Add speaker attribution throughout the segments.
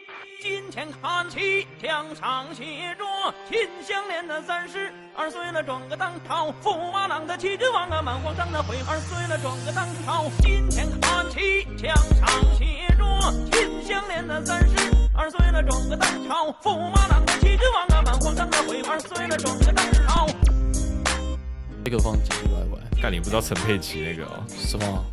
Speaker 1: 门前看齐，墙上写着“秦香莲”的三十二岁了，转个当朝；驸马郎的齐君王啊，满皇上的悔二岁了，转个当朝。金钱看齐，墙上写着“秦香莲”的三十二岁了，转个当朝；驸马郎的齐君王啊，满皇上的悔二岁了，转个当朝。
Speaker 2: 这个风唧唧歪歪，
Speaker 3: 干你不知道陈佩琪那个哦，
Speaker 2: 什么？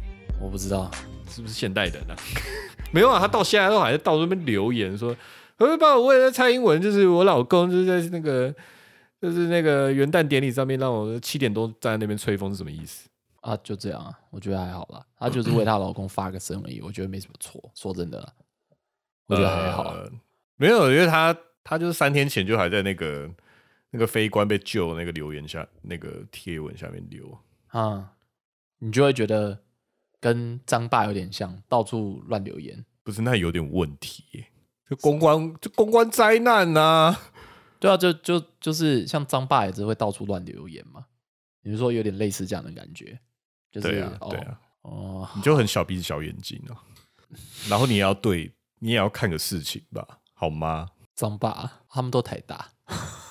Speaker 2: 我不知道。
Speaker 3: 是不是现代人啊？ 没有啊，他到现在都还在到处那边留言说，呃，爸，我也在蔡英文，就是我老公，就是在那个，就是那个元旦典礼上面让我七点多站在那边吹风是什么意思？
Speaker 2: 啊，就这样啊，我觉得还好啦。她就是为她老公发个声而已，我觉得没什么错。说真的啦，我觉得还好。啊
Speaker 3: 呃没有，因为他他就是三天前就还在那个那个非官被救的那个留言下那个贴文下面留，
Speaker 2: 啊，你就会觉得跟张爸有点像，到处乱留言。
Speaker 3: 不是那有点问题耶、这公关这公关灾难呐、
Speaker 2: 对啊，就就就是像张爸也是会到处乱留言嘛。你是说有点类似这样的感觉？就是
Speaker 3: 对啊，
Speaker 2: 哦
Speaker 3: 对啊，
Speaker 2: 哦，
Speaker 3: 你就很小鼻子小眼睛啊，然后你也要对，你也要看个事情吧，好吗？
Speaker 2: 张爸他们都台大，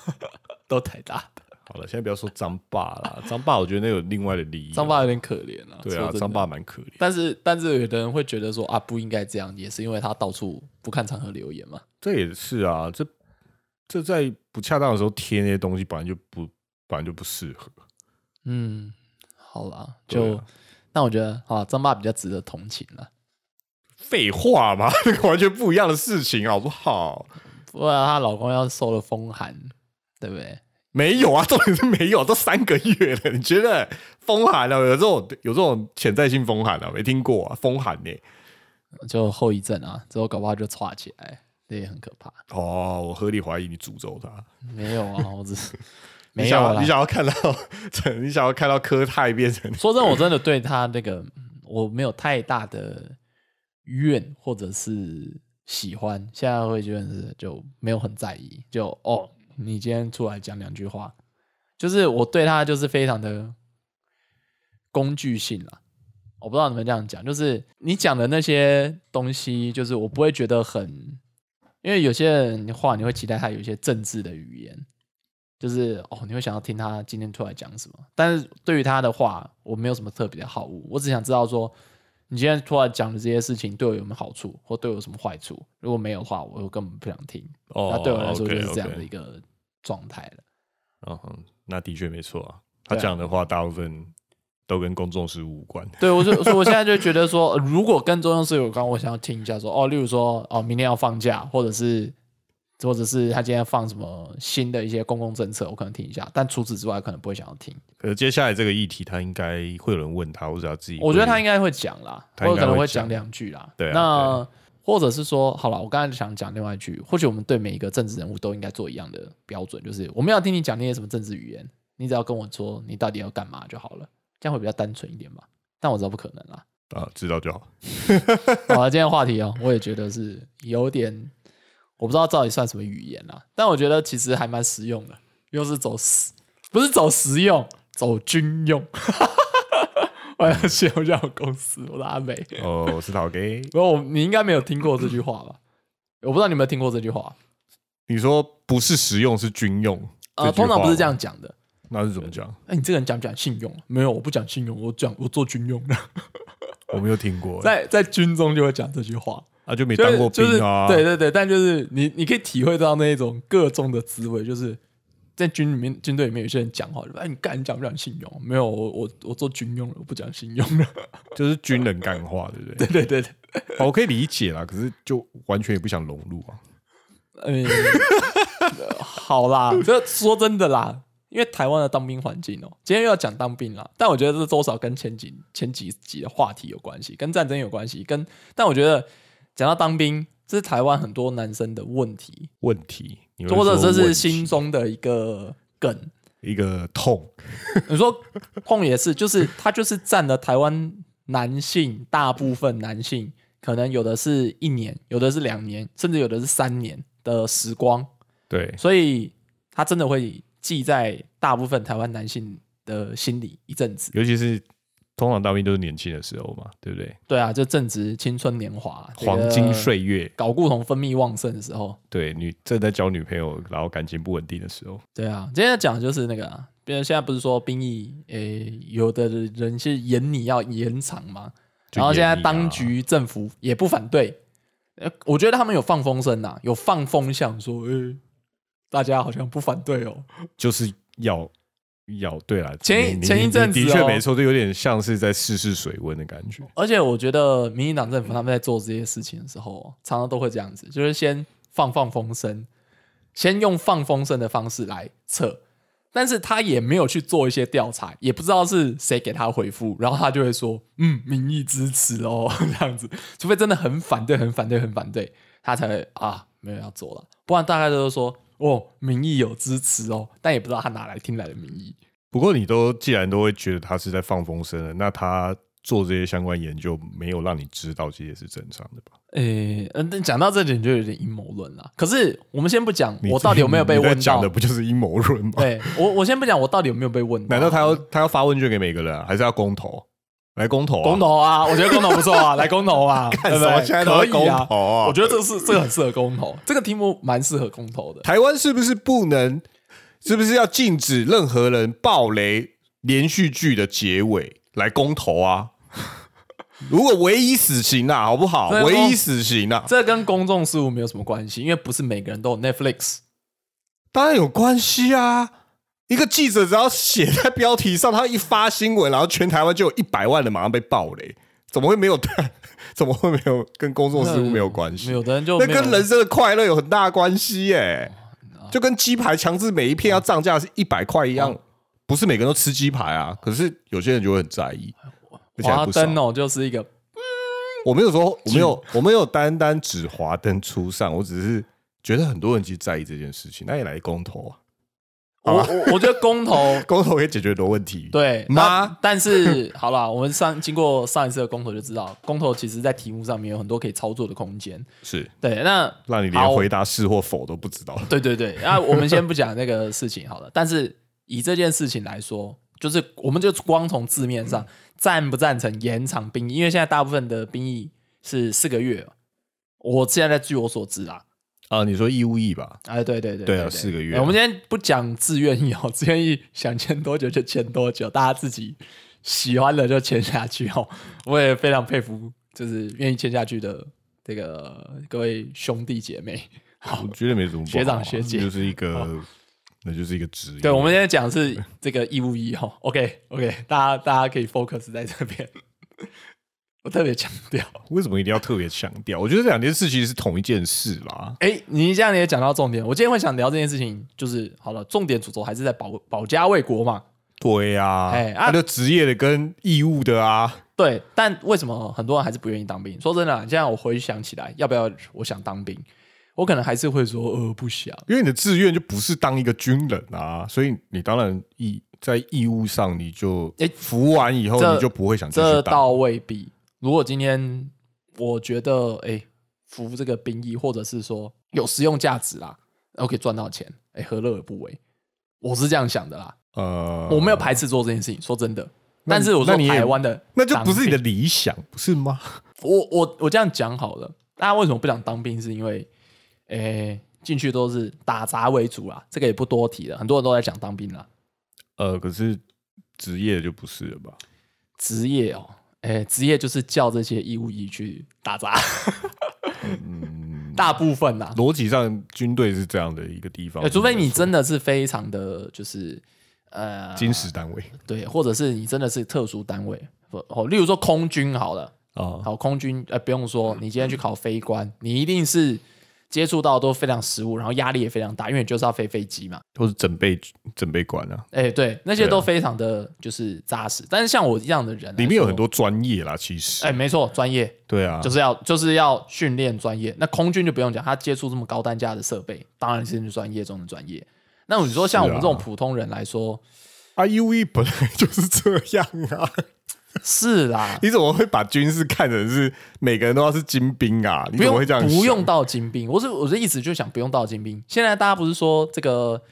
Speaker 2: 都台大的。
Speaker 3: 好了，现在不要说张爸啦，张爸我觉得那有另外的利益。
Speaker 2: 张爸有点可怜啊。
Speaker 3: 对
Speaker 2: 说
Speaker 3: 啊，
Speaker 2: 真的
Speaker 3: 张爸。蛮可怜。
Speaker 2: 但是但是有的人会觉得说啊不应该这样，也是因为他到处不看场合留言嘛。
Speaker 3: 这也是啊，这这在不恰当的时候贴那些东西，本来就不本来就不适合。
Speaker 2: 嗯，好啦，
Speaker 3: 对
Speaker 2: 就、
Speaker 3: 啊
Speaker 2: 那我觉得啊张爸比较值得同情了。
Speaker 3: 废话嘛，这个完全不一样的事情，好不好？
Speaker 2: 不然她老公要受了风寒，对不对？
Speaker 3: 没有啊，重点是没有，都三个月了，你觉得风寒啊？有这种有这种潜在性风寒啊？没听过啊，风寒呢、
Speaker 2: 就后遗症啊，之后搞不好就岔起来，这也很可怕。
Speaker 3: 哦，我合理怀疑你诅咒他。
Speaker 2: 没有啊，我只是
Speaker 3: 你
Speaker 2: 没
Speaker 3: 想
Speaker 2: 有
Speaker 3: 要
Speaker 2: 啦
Speaker 3: 你。想要看到， 你想要看到科泰变成
Speaker 2: 说真的，我真的对他那个我没有太大的怨或者是喜欢，现在会觉得是就没有很在意，就哦，你今天出来讲两句话，就是我对他就是非常的工具性啦。我不知道你们这样讲，就是你讲的那些东西，就是我不会觉得很，因为有些人话你会期待他有一些政治的语言，就是哦，你会想要听他今天出来讲什么。但是对于他的话，我没有什么特别的好恶，我只想知道说，你今天突然讲的这些事情对我有没有好处，或对我有什么坏处。如果没有的话，我又根本不想听。
Speaker 3: 哦
Speaker 2: 那啊对我来说就是这样
Speaker 3: OK，OK
Speaker 2: 的一个状态了。
Speaker 3: 嗯哼，那的确没错啊。他
Speaker 2: 对啊
Speaker 3: 讲的话大部分都跟公众事务无关。
Speaker 2: 对，我就所以我现在就觉得说，呃如果跟中央事有关，我想要听一下说，哦，例如说，哦，明天要放假，或者是，或者是他今天放什么新的一些公共政策，我可能听一下，但除此之外，可能不会想要听。
Speaker 3: 可是接下来这个议题，他应该会有人问他，或者他自己会。
Speaker 2: 我觉得他应该会讲啦，
Speaker 3: 他
Speaker 2: 我
Speaker 3: 应
Speaker 2: 有
Speaker 3: 该
Speaker 2: 可能
Speaker 3: 会
Speaker 2: 会
Speaker 3: 讲
Speaker 2: 讲两句啦。
Speaker 3: 对啊
Speaker 2: 那或者是说，好了，我刚才想讲另外一句，或许我们对每一个政治人物都应该做一样的标准，就是我们要听你讲那些什么政治语言，你只要跟我说你到底要干嘛就好了，这样会比较单纯一点吧。但我知道不可能啦。
Speaker 3: 啊，知道就好。
Speaker 2: 好了，今天的话题哦，我也觉得是有点，我不知道到底算什么语言啦，但我觉得其实还蛮实用的，又是走实，不是走实用，走军用。 我要先让我公司，我的阿美。
Speaker 3: 哦，我是老 gay。
Speaker 2: 不过我你应该没有听过这句话吧？我不知道你有没有听过这句话。
Speaker 3: 你说不是实用，是军用
Speaker 2: 呃，通常不是这，样
Speaker 3: 这句
Speaker 2: 讲的。
Speaker 3: 话吗那是怎么讲？
Speaker 2: 哎、你这个人讲不讲信用？没有，我不讲信用，我讲我做军 用的，
Speaker 3: 我没有听过，
Speaker 2: 在在军中就会讲这句话。
Speaker 3: 啊就没
Speaker 2: 就是
Speaker 3: 当过兵啊。
Speaker 2: 就是，对对对，但就是你你可以体会到那一种各种的滋味，就是在军里面军队里面有些人讲话，就说哎你干你讲不讲信用？没有，我我我做军用的，我不讲信用的。
Speaker 3: 就是军人干话，对不对
Speaker 2: 对？对对对，
Speaker 3: 好我可以理解啦，可是就完全也不想融入啊。
Speaker 2: 嗯，好啦，这说真的啦。因为台湾的当兵环境哦、今天又要讲当兵啦，但我觉得这多少跟前几前几集的话题有关系，跟战争有关系，跟但我觉得讲到当兵，这是台湾很多男生的问题，
Speaker 3: 问题，你会
Speaker 2: 或者
Speaker 3: 说
Speaker 2: 这是
Speaker 3: 问题
Speaker 2: 心中的一个梗，
Speaker 3: 一个痛。
Speaker 2: 你说碰也是，就是他就是占了台湾男性大部分男性，可能有的是一年，有的是两年，甚至有的是三年的时光，
Speaker 3: 对，
Speaker 2: 所以他真的会记在大部分台湾男性的心里一阵子。
Speaker 3: 尤其是通常当兵都是年轻的时候嘛，对不对？
Speaker 2: 对啊，就正值青春年华，这个
Speaker 3: 黄金岁月，
Speaker 2: 睾固酮分泌旺盛的时候。
Speaker 3: 对，女正在交女朋友，然后感情不稳定的时候，
Speaker 2: 对啊，今天要讲的就是那个、啊，比如现在不是说兵役，诶、有的人是延你要延长嘛，
Speaker 3: 就
Speaker 2: 然后现在
Speaker 3: 演绎啊
Speaker 2: 当局政府也不反对，呃，我觉得他们有放风声呐、啊有放风向说，诶、大家好像不反对哦，
Speaker 3: 就是要要对了。
Speaker 2: 前一
Speaker 3: 你你
Speaker 2: 前一阵子
Speaker 3: 你的确
Speaker 2: 哦
Speaker 3: 没错，就有点像是在试试水温的感觉。
Speaker 2: 而且我觉得民进党政府他们在做这些事情的时候哦，常常都会这样子，就是先放放风声，先用放风声的方式来测，但是他也没有去做一些调查，也不知道是谁给他回复，然后他就会说，嗯，民意支持哦， 这样子，除非真的很反对，很反对，很反对，他才会啊没有要做了，不然大概都是说哦，民意有支持哦，但也不知道他哪来听来的民意。
Speaker 3: 不过你都既然都会觉得他是在放风声了，那他做这些相关研究没有让你知道这些是正常的吧？
Speaker 2: 诶，嗯，但讲到这点就有点阴谋论了。可是我们先不讲
Speaker 3: 你
Speaker 2: 我到底有没有被
Speaker 3: 你在
Speaker 2: 问
Speaker 3: 讲
Speaker 2: 到
Speaker 3: 的，不就是阴谋论吗？
Speaker 2: 对我我先不讲我到底有没有被问到。
Speaker 3: 难道他要他要发问卷给每个人、啊，还是要公投？来公投、啊，
Speaker 2: 公投啊？我觉得公投不错啊，来公投 啊，对不
Speaker 3: 什么
Speaker 2: 对？
Speaker 3: 现在都
Speaker 2: 可
Speaker 3: 在
Speaker 2: 以
Speaker 3: 公
Speaker 2: 啊
Speaker 3: 投啊
Speaker 2: 我觉得这个是这个很适合公投，这个题目蛮适合公投的。
Speaker 3: 台湾是不是不能？是不是要禁止任何人暴雷连续剧的结尾来公投啊？ 如果唯一死刑啊，好不好？
Speaker 2: 对
Speaker 3: 唯一死刑啊，
Speaker 2: 这跟公众事务没有什么关系，因为不是每个人都有 Netflix。
Speaker 3: 当然有关系啊。一个记者只要写在标题上，他一发新闻，然后全台湾就有一百万人马上被暴雷，怎么会没有？ 怎么会没有跟公众事务没有关系？
Speaker 2: 有的人就
Speaker 3: 那
Speaker 2: 没有哦
Speaker 3: 跟人生的快乐有很大的关系耶、就跟鸡排强制每一片要涨价是一百块一样，不是每个人都吃鸡排啊，可是有些人就会很在意。而且还
Speaker 2: 华
Speaker 3: 不少
Speaker 2: 灯哦，就是一个
Speaker 3: 我没有说我没有我没有单单指华灯初上，我只是觉得很多人其实在意这件事情，那也来公投啊，
Speaker 2: 我我我觉得公投
Speaker 3: 公投可以解决很多问题。
Speaker 2: 对，
Speaker 3: 妈
Speaker 2: 那但是好啦，我们上经过上一次的公投就知道，公投其实在题目上面有很多可以操作的空间。
Speaker 3: 是
Speaker 2: 对，那
Speaker 3: 让你连
Speaker 2: 好
Speaker 3: 回答是或否都不知道。
Speaker 2: 对对对，那我们先不讲那个事情好了。但是以这件事情来说，就是我们就光从字面上赞不赞成延长兵役，因为现在大部分的兵役是四个月。哦我现在据我所知啦，
Speaker 3: 啊，你说义务役吧？
Speaker 2: 哎，对对对，
Speaker 3: 对啊四个月
Speaker 2: 哎我们今天不讲自愿意哦，自愿意想签多久就签多久，大家自己喜欢的就签下去哦。我也非常佩服，就是愿意签下去的这个各位兄弟姐妹。好
Speaker 3: 我，觉得没什么不好啊、
Speaker 2: 学长学姐
Speaker 3: 就是一个，那就是一个职业。
Speaker 2: 对，我们现在讲的是这个义务役哦。OK OK，大家大家可以 focus 在这边， 我特别强调。
Speaker 3: 为什么一定要特别强调？我觉得这两件事情是同一件事啦。
Speaker 2: 哎，你这样也讲到重点。我今天会想聊这件事情，就是好了，重点主轴还是在保保家卫国嘛。
Speaker 3: 对呀、
Speaker 2: 哎啊
Speaker 3: 他就职业的跟义务的啊，
Speaker 2: 对，但为什么很多人还是不愿意当兵？说真的啊，现在我回想起来，要不要我想当兵？我可能还是会说，呃，不想。
Speaker 3: 因为你的志愿就不是当一个军人啊，所以你当然义在义务上你就
Speaker 2: 哎
Speaker 3: 服完以后
Speaker 2: 这
Speaker 3: 你就不会想继
Speaker 2: 这
Speaker 3: 续当。
Speaker 2: 倒未必。如果今天我觉得，哎、服这个兵役，或者是说有实用价值啦，然后可以赚到钱，哎、何乐而不为？我是这样想的啦，
Speaker 3: 呃
Speaker 2: 我没有，排斥做这件事情，说真的。
Speaker 3: 那
Speaker 2: 但是我
Speaker 3: 那
Speaker 2: 说
Speaker 3: 你也
Speaker 2: 台湾的
Speaker 3: 那就不是你的
Speaker 2: 当兵。
Speaker 3: 理想，不是吗？
Speaker 2: 我我我这样讲好了，大家为什么不想当兵？是因为，哎、进去都是打杂为主啦，这个也不多提了，很多人都在讲当兵啦。
Speaker 3: 呃，可是职业就不是了吧？
Speaker 2: 职业哦，哎、职业就是叫这些义务役去打杂， 大部分啦，
Speaker 3: 逻辑上，军队是这样的一个地方
Speaker 2: 呃，，除非你真的是非常的就是呃，
Speaker 3: 金石单位
Speaker 2: 对，或者是你真的是特殊单位，不哦，例如说空军好了，
Speaker 3: 啊，
Speaker 2: 好，空军呃不用说，你今天去考飞官，你一定是接触到都非常实务，然后压力也非常大，因为你就是要飞飞机嘛。
Speaker 3: 或是准备准备管啊，
Speaker 2: 哎，对，那些
Speaker 3: 对啊
Speaker 2: 都非常的就是扎实，但是像我这样的人来说，
Speaker 3: 里面有很多专业啦，其实，
Speaker 2: 哎，没错，专业
Speaker 3: 对啊，
Speaker 2: 就是要就是要训练专业。那空军就不用讲，他接触这么高单价的设备，当然是专业中的专业。那你说像我们这种
Speaker 3: 是啊
Speaker 2: 普通人来说，
Speaker 3: 啊，U E 本来就是这样啊，
Speaker 2: 是啦，
Speaker 3: 你怎么会把军事看成是每个人都要是精兵啊？你
Speaker 2: 不
Speaker 3: 怎么
Speaker 2: 用
Speaker 3: 会这样？
Speaker 2: 不用，到精兵，我是我的意思就想不用到精兵。现在大家不是说这个，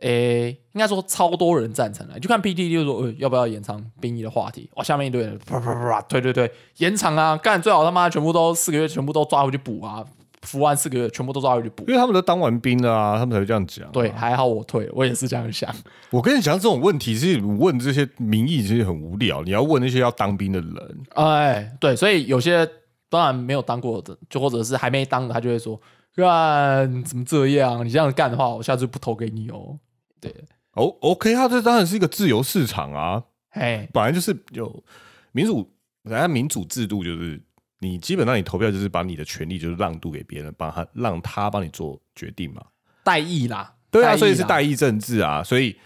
Speaker 2: 诶、应该说超多人赞成了，就看 PT 就说，呃，要不要延长兵役的话题？哦哇，下面一堆人啪啪啪啪，对对对，延长啊，干最好他妈全部都四个月全部都抓回去补啊，服完四个月全部都抓回去补。
Speaker 3: 因为他们都当完兵了啊，他们才会这样讲、
Speaker 2: 对，，还好我退了，我也是这样想。
Speaker 3: 我跟你讲，这种问题是问这些民意其实很无聊，你要问那些要当兵的人。
Speaker 2: 哎，对，所以有些当然没有当过的，就或者是还没当的，他就会说，干怎么这样？你这样干的话，我下次不投给你哦。
Speaker 3: 哦，OK，他这当然是一个自由市场啊，
Speaker 2: 哎，
Speaker 3: 本来就是有民主，人家民主制度就是你基本上你投票就是把你的权利就是让渡给别人，帮他让他帮你做决定嘛。
Speaker 2: 代议啦，
Speaker 3: 对
Speaker 2: 代
Speaker 3: 啊，
Speaker 2: 议
Speaker 3: 所以是
Speaker 2: 啦
Speaker 3: 代议政治啊，所以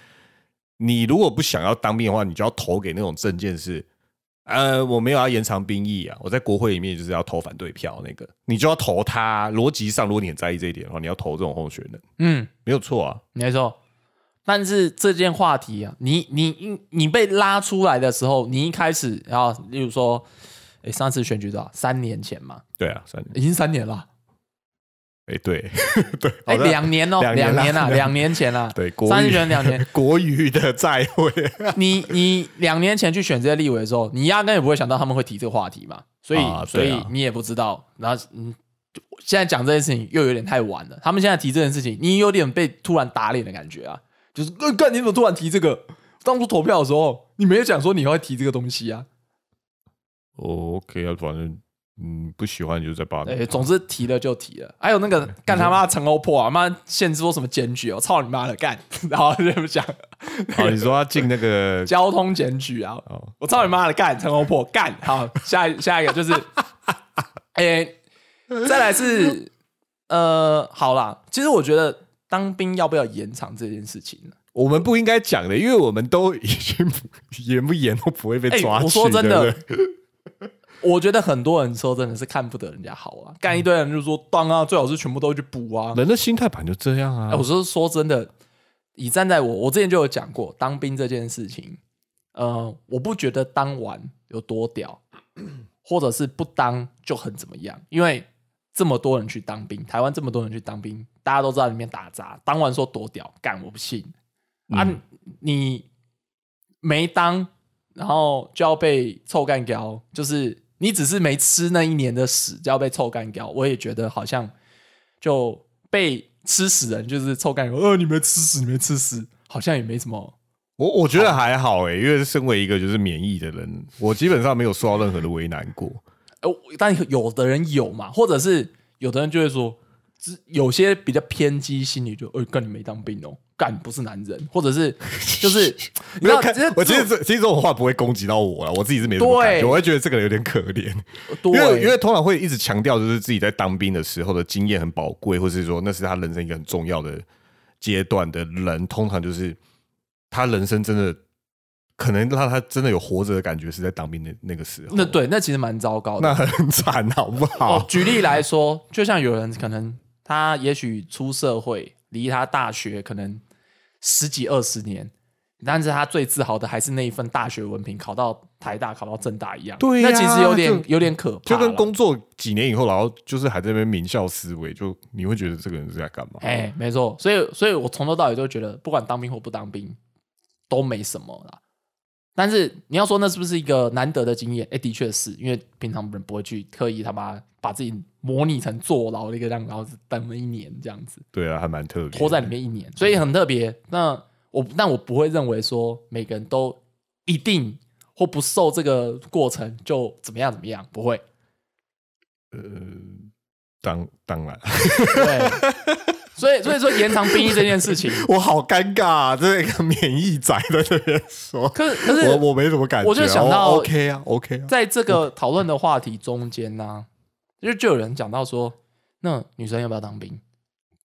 Speaker 3: 你如果不想要当兵的话，你就要投给那种政见是，呃，我没有要延长兵役啊，我在国会里面就是要投反对票那个，你就要投他啊。逻辑上，如果你很在意这一点的话，你要投这种候选人，
Speaker 2: 嗯，
Speaker 3: 没有错啊。
Speaker 2: 没错。但是这件话题啊，你你你你被拉出来的时候，你一开始，然后例如说，哎，上次选举多少？三年前嘛，
Speaker 3: 对啊，三年，
Speaker 2: 已经三年了，
Speaker 3: 哎、对 对，
Speaker 2: 哎，
Speaker 3: 好的
Speaker 2: 两年哦，
Speaker 3: 两
Speaker 2: 两
Speaker 3: 年啦
Speaker 2: 年啊，
Speaker 3: 两
Speaker 2: 两年前啊，
Speaker 3: 对国
Speaker 2: 三
Speaker 3: 语
Speaker 2: 年前两年，
Speaker 3: 国语的在位，
Speaker 2: 你你两年前去选这些立委的时候，你压根也不会想到他们会提这个话题嘛，所以、
Speaker 3: 啊
Speaker 2: 所
Speaker 3: 对啊
Speaker 2: 以你也不知道。然后嗯，现在讲这件事情又有点太晚了。他们现在提这件事情，你有点被突然打脸的感觉啊，就是呃干、你怎么突然提这个？当初投票的时候，你没有讲说你会提这个东西啊。
Speaker 3: 哦，OK 啊，反正嗯，不喜欢你就再罢
Speaker 2: 哎、
Speaker 3: 免。
Speaker 2: 总之提了就提了。还有那个
Speaker 3: 嗯
Speaker 2: 干他妈的陈欧破啊，妈现在说什么检举哦，操你妈的干！ 然后就这么讲
Speaker 3: 好，你说他进那个
Speaker 2: 交通检举啊，
Speaker 3: 哦，
Speaker 2: 我操你妈的干，陈欧破干。好，下一下一个就是，诶、再来是呃，好啦，其实我觉得当兵要不要延长这件事情呢，
Speaker 3: 我们不应该讲的，因为我们都已经不 严不严都不会被
Speaker 2: 哎
Speaker 3: 抓去。
Speaker 2: 我说真的
Speaker 3: 对不对
Speaker 2: 我觉得很多人说真的是看不得人家好啊，干一堆人就说当啊，最好是全部都去补啊。
Speaker 3: 人的心态本来就这样啊。
Speaker 2: 哎、我说说真的，你站在我，我之前就有讲过当兵这件事情，呃，我不觉得当完有多屌，或者是不当就很怎么样，因为这么多人去当兵，台湾这么多人去当兵，大家都知道里面打杂，当完说多屌，干我不信啊！你没当，然后就要被臭干掉，就是你只是没吃那一年的屎就要被臭干掉，我也觉得好像就被吃屎人就是臭干掉，呃，你没吃屎，你没吃屎，好像也没什么。
Speaker 3: 我我觉得还好哎、因为身为一个就是免疫的人，我基本上没有受到任何的为难过。
Speaker 2: 呃，但有的人有嘛，或者是有的人就会说，只有些比较偏激心理就，呃，干你没当兵哦，干你不是男人，或者是 就是你知
Speaker 3: 没有
Speaker 2: 道，
Speaker 3: 看
Speaker 2: 这，
Speaker 3: 我其实这其实这种话不会攻击到我了，我自己是没什么
Speaker 2: 对
Speaker 3: 感觉，我会觉得这个人有点可怜，因为因
Speaker 2: 对
Speaker 3: 为通常会一直强调就是自己在当兵的时候的经验很宝贵，或是说那是他人生一个很重要的阶段的人，通常就是他人生真的可能让他真的有活着的感觉是在当兵的那个时候，
Speaker 2: 那对那其实蛮糟糕的。
Speaker 3: 那很惨，好不好？
Speaker 2: 哦，举例来说，就像有人可能他也许出社会，离他大学可能十几二十年，但是他最自豪的还是那一份大学文凭，考到台大，考到政大一样。
Speaker 3: 对呀
Speaker 2: 那其实有点
Speaker 3: 就
Speaker 2: 有点可怕啦，
Speaker 3: 就跟工作几年以后，然后就是还在那边名校思维，就你会觉得这个人是在干嘛？
Speaker 2: 哎，没错，所以所以我从头到尾都觉得，不管当兵或不当兵，都没什么啦。但是你要说那是不是一个难得的经验？哎，的确是因为平常人不会去刻意他妈把自己模拟成坐牢的一个样，然后等了一年这样子，
Speaker 3: 对啊，还蛮特别的，
Speaker 2: 拖在里面一年，所以很特别。那我但我不会认为说每个人都一定或不受这个过程就怎么样怎么样，不会。
Speaker 3: 当当然，
Speaker 2: 对，所以所以说延长兵役这件事情，
Speaker 3: 我好尴尬、啊，这个免疫仔在这边说，
Speaker 2: 可是可是
Speaker 3: 我我没什么感觉啊，
Speaker 2: 我就想到
Speaker 3: 我 OK 啊，OK 啊，
Speaker 2: 在这个讨论的话题中间呢、就就有人讲到说，那女生要不要当兵？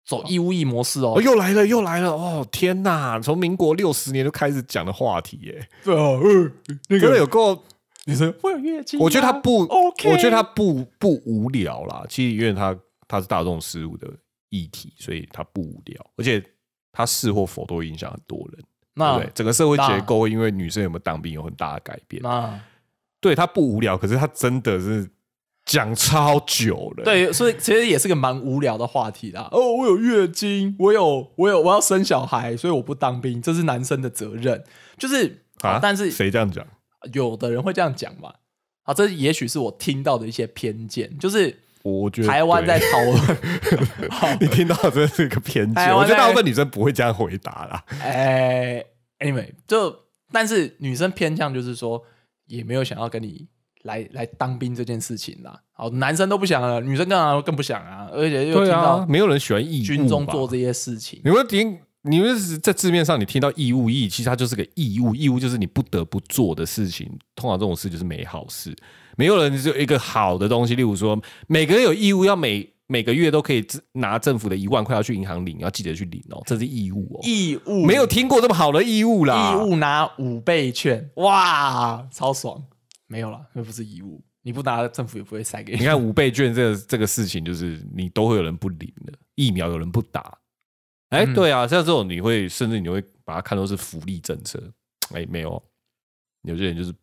Speaker 2: 走义务役模式哦
Speaker 3: 哦，，又来了，又来了！哦，天哪！从民国六十年就开始讲的话题耶，
Speaker 2: 对哦，呃那
Speaker 3: 真的有够。
Speaker 2: 女生会有月经啊、
Speaker 3: 我觉得他不
Speaker 2: OK，
Speaker 3: 我觉得他不不无聊啦。其实因为他他是大众事务的议题，所以他不无聊，而且他是或否都会影响很多人。对
Speaker 2: 那
Speaker 3: 不对？整个社会
Speaker 2: 那
Speaker 3: 结构会因为女生有没有当兵有很大的改变。
Speaker 2: 那
Speaker 3: 对他不无聊，可是他真的是讲超久了。，
Speaker 2: 对，所以其实也是个蛮无聊的话题啦。哦，我有月经，我有我有我要生小孩，所以我不当兵，这是男生的责任。就是，
Speaker 3: 啊
Speaker 2: 好，但是
Speaker 3: 谁这样讲？
Speaker 2: 有的人会这样讲嘛？啊，这也许是我听到的一些偏见，就是
Speaker 3: 我觉得
Speaker 2: 台湾
Speaker 3: 对
Speaker 2: 在讨论。 哦好
Speaker 3: 你听到的真的是一个偏
Speaker 2: 台
Speaker 3: 见，
Speaker 2: 湾
Speaker 3: 我觉得
Speaker 2: 在
Speaker 3: 大部分女生不会这样回答啦。
Speaker 2: 哎、a n y w a y 就但是女生偏向就是说，也没有想要跟你来来当兵这件事情啦。好，男生都不想啊了，女生当然更不想啊，而且又听
Speaker 3: 对啊
Speaker 2: 到，
Speaker 3: 没有人喜欢义务
Speaker 2: 军中
Speaker 3: 吧
Speaker 2: 做这些事情，
Speaker 3: 你们听，你们是在字面上你听到义务义，其实它就是个义务，义务就是你不得不做的事情。通常这种事就是没好事，没有人只有一个好的东西。例如说，每个人有义务要每每个月都可以自拿政府的一万块要去银行领，要记得去领哦，这是义务哦。
Speaker 2: 义务
Speaker 3: 没有听过这么好的义务啦，
Speaker 2: 义务拿五倍券，哇，超爽！没有啦，那不是义务，你不拿政府也不会塞给
Speaker 3: 你
Speaker 2: 你。
Speaker 3: 看五倍券这个这个事情，就是你都会有人不领的，疫苗有人不打。哎、
Speaker 2: 嗯
Speaker 3: 对啊，像这种你会甚至你会把它看作是福利政策。哎，没有，有些人就是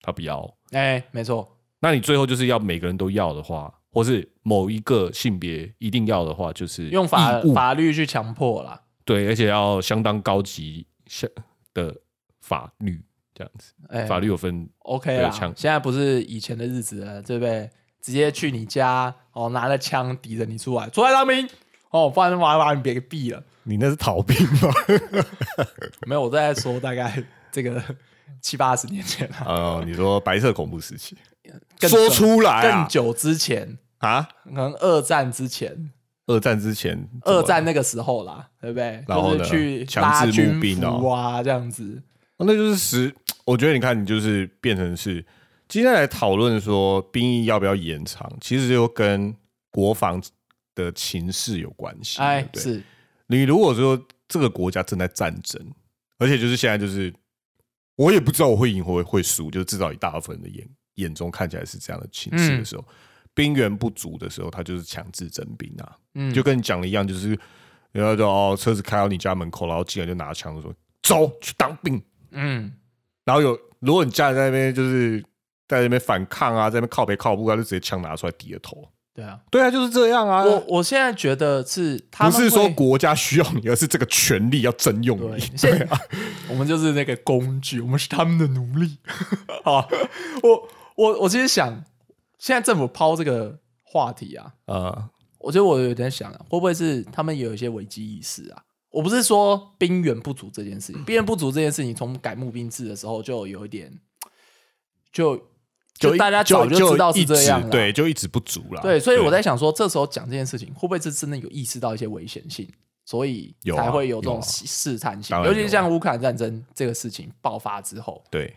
Speaker 3: 他不要。
Speaker 2: 哎、没错，
Speaker 3: 那你最后就是要每个人都要的话，或是某一个性别一定要的话，就是
Speaker 2: 用法
Speaker 3: 义务
Speaker 2: 法律去强迫啦。
Speaker 3: 对，而且要相当高级相的法律这样子。
Speaker 2: 哎、
Speaker 3: 法律有分
Speaker 2: OK
Speaker 3: 对
Speaker 2: 啦，
Speaker 3: 枪
Speaker 2: 现在不是以前的日子了，对不对？直接去你家哦，拿着枪抵着你出来，出来当兵哦，不然的话把你别给毙了。
Speaker 3: 你那是逃兵吧？
Speaker 2: 没有，我在说大概这个七八十年前啊，
Speaker 3: 哦，你说白色恐怖时期，
Speaker 2: 更
Speaker 3: 说
Speaker 2: 久
Speaker 3: 出来
Speaker 2: 更
Speaker 3: 啊
Speaker 2: 久之前，
Speaker 3: 啊！
Speaker 2: 可能二战之前，
Speaker 3: 二战之前，
Speaker 2: 二战那个时候啦，对不对？
Speaker 3: 然后呢
Speaker 2: 就是去
Speaker 3: 强
Speaker 2: 拉
Speaker 3: 制
Speaker 2: 军
Speaker 3: 募兵哦
Speaker 2: 服啊，这样子。
Speaker 3: 那就是实，我觉得你看，你就是变成是今天来讨论说兵役要不要延长，其实就跟国防的情势有关系。
Speaker 2: 哎
Speaker 3: 对，不对
Speaker 2: 是
Speaker 3: 你如果说这个国家正在战争，而且就是现在就是我也不知道我会赢或会输，就是至少一大部分人的眼眼中看起来是这样的情
Speaker 2: 嗯
Speaker 3: 势的时候，兵源不足的时候，他就是强制征兵啊。
Speaker 2: 嗯
Speaker 3: 就跟你讲的一样，就是人家就哦，车子开到你家门口，然后进来就拿枪说走去当兵。
Speaker 2: 嗯，
Speaker 3: 然后有如果你家人在那边就是在那边反抗啊，在那边靠北靠步啊，就直接枪拿出来抵了头。
Speaker 2: 对啊。
Speaker 3: 对啊，就是这样啊。
Speaker 2: 我我现在觉得是他
Speaker 3: 不
Speaker 2: 们
Speaker 3: 是说
Speaker 2: 会
Speaker 3: 国家需要你，而是这个权利要征用
Speaker 2: 对
Speaker 3: 你。，
Speaker 2: 现
Speaker 3: 啊
Speaker 2: 在 我们就是那个工具，我们是他们的奴隶。 好，我我我其实想，现在政府抛这个话题啊，
Speaker 3: 啊，
Speaker 2: 我觉得我有点想、啊，会不会是他们也有一些危机意识啊？我不是说兵源不足这件事情，兵源不足这件事情，从改募兵制的时候就有一点，就就大家早
Speaker 3: 呃就
Speaker 2: 知道
Speaker 3: 一
Speaker 2: 是
Speaker 3: 直
Speaker 2: 这样了，啊
Speaker 3: 对，就一直不足了。
Speaker 2: 对，所以我在
Speaker 3: 对
Speaker 2: 想说，这时候讲这件事情，会不会是真的有意识到一些危险性，所以
Speaker 3: 有啊
Speaker 2: 才会有这
Speaker 3: 有
Speaker 2: 种
Speaker 3: 啊
Speaker 2: 试试探性？
Speaker 3: 当然
Speaker 2: 尤其
Speaker 3: 有
Speaker 2: 是
Speaker 3: 啊
Speaker 2: 像乌克兰战争这个事情爆发之后，
Speaker 3: 对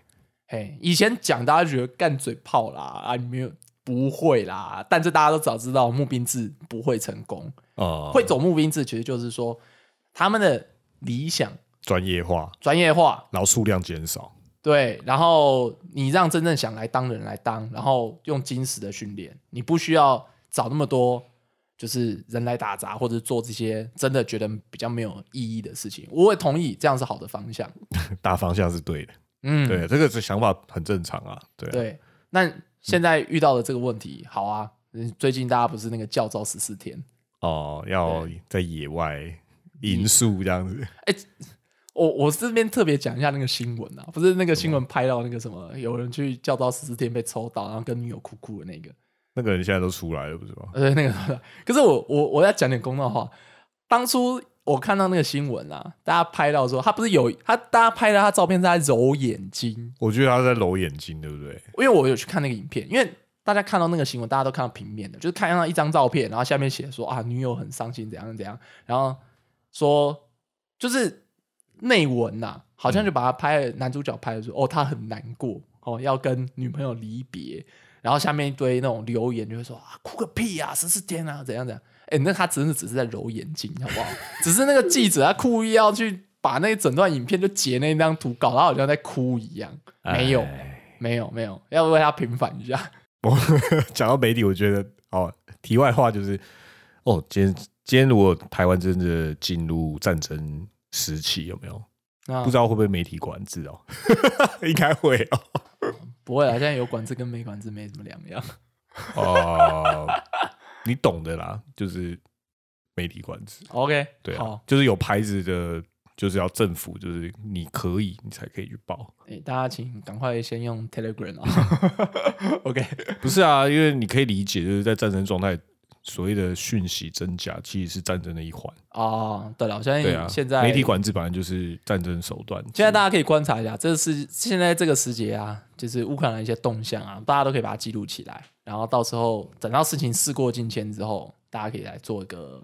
Speaker 2: 嘿，以前讲大家觉得干嘴炮啦，啊，你没有不会啦，但是大家都早知道募兵制不会成功，
Speaker 3: 啊，
Speaker 2: 会走募兵制其实就是说他们的理想
Speaker 3: 专业化，
Speaker 2: 专业化，
Speaker 3: 然后数量减少。
Speaker 2: 对，然后你让真正想来当的人来当，然后用金石的训练，你不需要找那么多就是人来打杂或者做这些真的觉得比较没有意义的事情。我也同意，这样是好的方向。
Speaker 3: 大方向是对的，
Speaker 2: 嗯，
Speaker 3: 对，这个是想法很正常啊，对啊
Speaker 2: 对。那现在遇到的这个问题，好啊，嗯最近大家不是那个教招十四天，
Speaker 3: 哦，要在野外营宿这样子，
Speaker 2: 我我这边特别讲一下那个新闻啊，不是那个新闻拍到那个什么，有人去教招十四天被抽到，然后跟女友哭哭的那个。
Speaker 3: 那个人现在都出来了，不是吗？
Speaker 2: 呃，那个， 可是我我我要讲点公道话。当初我看到那个新闻啊，大家拍到说他不是有他，大家拍到他照片是在揉眼睛，
Speaker 3: 我觉得他在揉眼睛，对不对？
Speaker 2: 因为我有去看那个影片，因为大家看到那个新闻，大家都看到平面的，就是看到一张照片，然后下面写说啊女友很伤心怎样怎样，然后说就是内文呐、好像就把他拍了男主角拍的说哦他很难过哦要跟女朋友离别，然后下面一堆那种留言就会说啊哭个屁啊十四天啊怎样怎样，哎那他真的只是在揉眼睛好不好？只是那个记者他故意要去。把那整段影片就截那张图，搞他好像在哭一样，没有，
Speaker 3: 哎
Speaker 2: 没有没有，要为他平反一下。
Speaker 3: 我 讲到媒体，我觉得哦，题外话就是，哦，今天今天如果台湾真的进入战争时期，有没有？
Speaker 2: 啊
Speaker 3: 不知道会不会媒体管制哦？ 应该会哦。
Speaker 2: 不会啦，现在有管制跟没管制没什么两样。
Speaker 3: 哦， 你懂的啦，就是媒体管制，
Speaker 2: OK，
Speaker 3: 对啊
Speaker 2: 好，，
Speaker 3: 就是有牌子的，就是要政府，就是你可以，你才可以去报，
Speaker 2: 诶大家请赶快先用 Telegram 啊。OK，
Speaker 3: 不是啊，因为你可以理解，就是在战争状态。所谓的讯息真假，其实是战争的一环。
Speaker 2: 哦，对了，我相
Speaker 3: 对啊，
Speaker 2: 信现在
Speaker 3: 媒体管制本来就是战争手段。
Speaker 2: 现在大家可以观察一下，这是现在这个时节啊，就是乌克兰的一些动向啊，大家都可以把它记录起来，然后到时候等到事情事过境迁之后，大家可以来做一个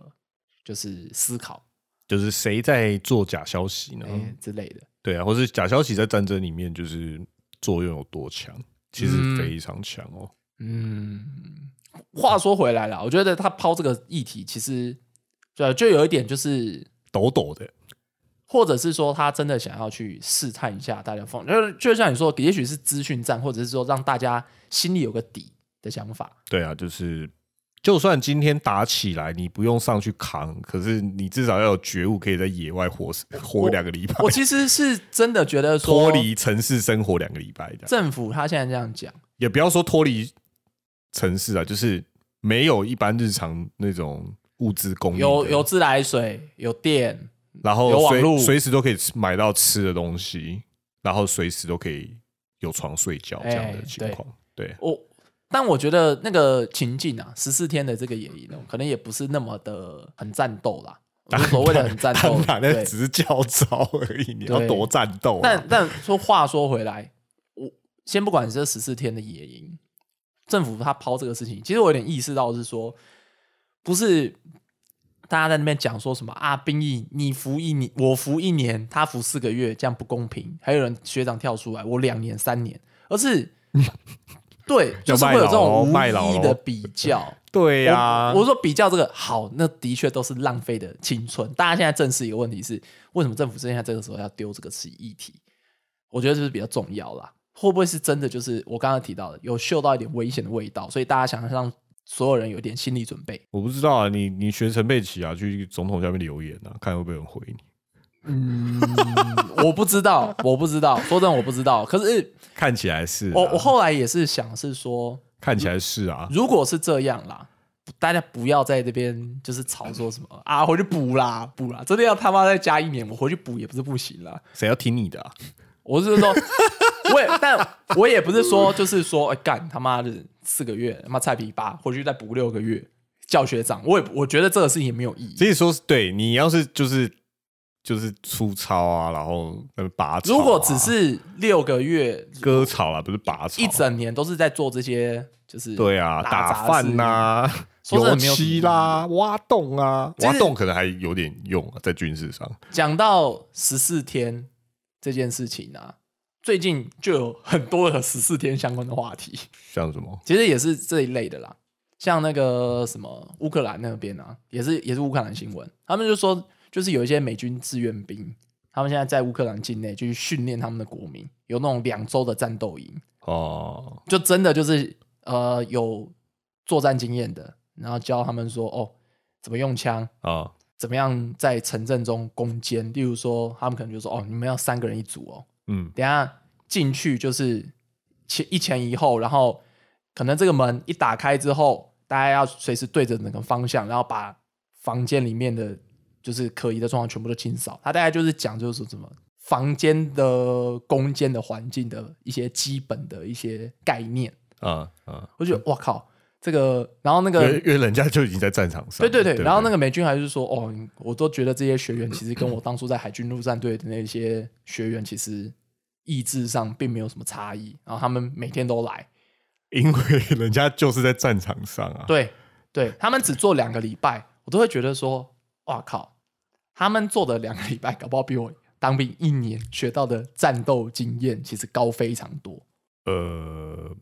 Speaker 2: 就是思考
Speaker 3: 就是谁在做假消息呢
Speaker 2: 哎、？之类的。
Speaker 3: 对啊，或是假消息在战争里面就是作用有多强？其实
Speaker 2: 嗯
Speaker 3: 非常强哦。
Speaker 2: 嗯，话说回来了，我觉得他抛这个议题，其实对，啊就有一点就是，
Speaker 3: 抖抖的，
Speaker 2: 或者是说他真的想要去试探一下大家的风，就是就像你说，也许是资讯战，或者是说让大家心里有个底的想法。
Speaker 3: 对啊，就是就算今天打起来，你不用上去扛，可是你至少要有觉悟，可以在野外活活两个礼拜，
Speaker 2: 我其实是真的觉得说
Speaker 3: 脱离城市生活两个礼拜这样。
Speaker 2: 政府他现在这样讲，
Speaker 3: 也不要说脱离城市啊，就是没有一般日常那种物资供应的，
Speaker 2: 有有自来水，有电，
Speaker 3: 然
Speaker 2: 有
Speaker 3: 后
Speaker 2: 网
Speaker 3: 随
Speaker 2: 路
Speaker 3: 随时都可以吃买到吃的东西，然后随时都可以有床睡觉这样的
Speaker 2: 哎
Speaker 3: 情况。对，
Speaker 2: 我。但我觉得那个情境啊，十四天的这个野营哦，可能也不是那么的很战斗啦，无所谓的很战斗
Speaker 3: 当，然那
Speaker 2: 对。
Speaker 3: 只是教招而已，你要
Speaker 2: 对
Speaker 3: 多战斗、啊。
Speaker 2: 但但说话说回来，我先不管这十四天的野营，政府他抛这个事情，其实我有点意识到是说，不是大家在那边讲说什么啊，兵役你服一年，我服一年，他服四个月，这样不公平。还有人学长跳出来，我两年三年，而是 对，就是会有这种无
Speaker 3: 卖老咯
Speaker 2: 意义的比较。
Speaker 3: 对呀、啊，
Speaker 2: 我我说比较这个好，那的确都是浪费的青春。大家现在正视一个问题是，为什么政府现在这个时候要丢这个是议题？我觉得这是比较重要啦。会不会是真的就是我刚刚提到的，有嗅到一点危险的味道，所以大家想要让所有人有一点心理准备？
Speaker 3: 我不知道啊，你你学陈佩琪啊，去总统下面留言啊，看会不会有人回你。
Speaker 2: 嗯，我不知 道，我不知道，说真的我不知道。可是
Speaker 3: 看起来是、啊，
Speaker 2: 我我后来也是想是说，
Speaker 3: 看起来是啊，
Speaker 2: 如果是这样啦，大家不要在这边就是吵说什么啊，回去补啦补啦，真的要他妈再加一年，我回去补也不是不行啦。
Speaker 3: 谁要听你的、啊？
Speaker 2: 我是说， 我也，但我也不是 说，就是说，哎干、他妈的四个月，他妈菜皮吧，回去再补六个月，叫学长，我也我觉得这个事情也没有意义。
Speaker 3: 所以说，对你要是就是就是粗糙啊，然后呃拔草啊、
Speaker 2: 如果只是六个月，
Speaker 3: 割草啊，不是拔草，
Speaker 2: 一整年都是在做这些，就是
Speaker 3: 对啊，打
Speaker 2: 杂
Speaker 3: 饭
Speaker 2: 事
Speaker 3: 呐、
Speaker 2: 情，说真
Speaker 3: 油
Speaker 2: 的没有什么
Speaker 3: 漆啦，挖洞啊，
Speaker 2: 就
Speaker 3: 挖
Speaker 2: 是
Speaker 3: 洞可能还有点用啊，在军事上。
Speaker 2: 讲到十四天这件事情啊，最近就有很多的十四天相关的话题。
Speaker 3: 像什么？
Speaker 2: 其实也是这一类的啦。像那个什么乌克兰那边啊，也是也是乌克兰新闻，他们就说就是有一些美军志愿兵，他们现在在乌克兰境内就去训练他们的国民，有那种两周的战斗营，
Speaker 3: 哦，
Speaker 2: 就真的就是呃有作战经验的，然后教他们说哦怎么用枪，
Speaker 3: 啊，
Speaker 2: 怎么样在城镇中攻坚，例如说他们可能就说哦你们要三个人一组哦，
Speaker 3: 嗯，
Speaker 2: 等一下进去就是前一前一后，然后可能这个门一打开之后，大家要随时对着哪个方向，然后把房间里面的就是可疑的状况全部都清扫。他大概就是讲就是说什么房间的空间的环境的一些基本的一些概念。
Speaker 3: 啊啊，
Speaker 2: 我就觉得哇靠，这个然后那
Speaker 3: 因
Speaker 2: 个
Speaker 3: 为因为人家就已经在战场上
Speaker 2: 对
Speaker 3: 了，
Speaker 2: 对对，
Speaker 3: 不
Speaker 2: 然后那个美军还是说，哦，我都觉得这些学员其实跟我当初在海军陆战队的那些学员其实意志上并没有什么差异，然后他们每天都来，
Speaker 3: 因为 人家就是在战场上啊，
Speaker 2: 对对，他们只做两个礼拜，我都会觉得说，哇靠，他们做的两个礼拜，搞不好比我当兵一年学到的战斗经验其实高非常多。
Speaker 3: 呃，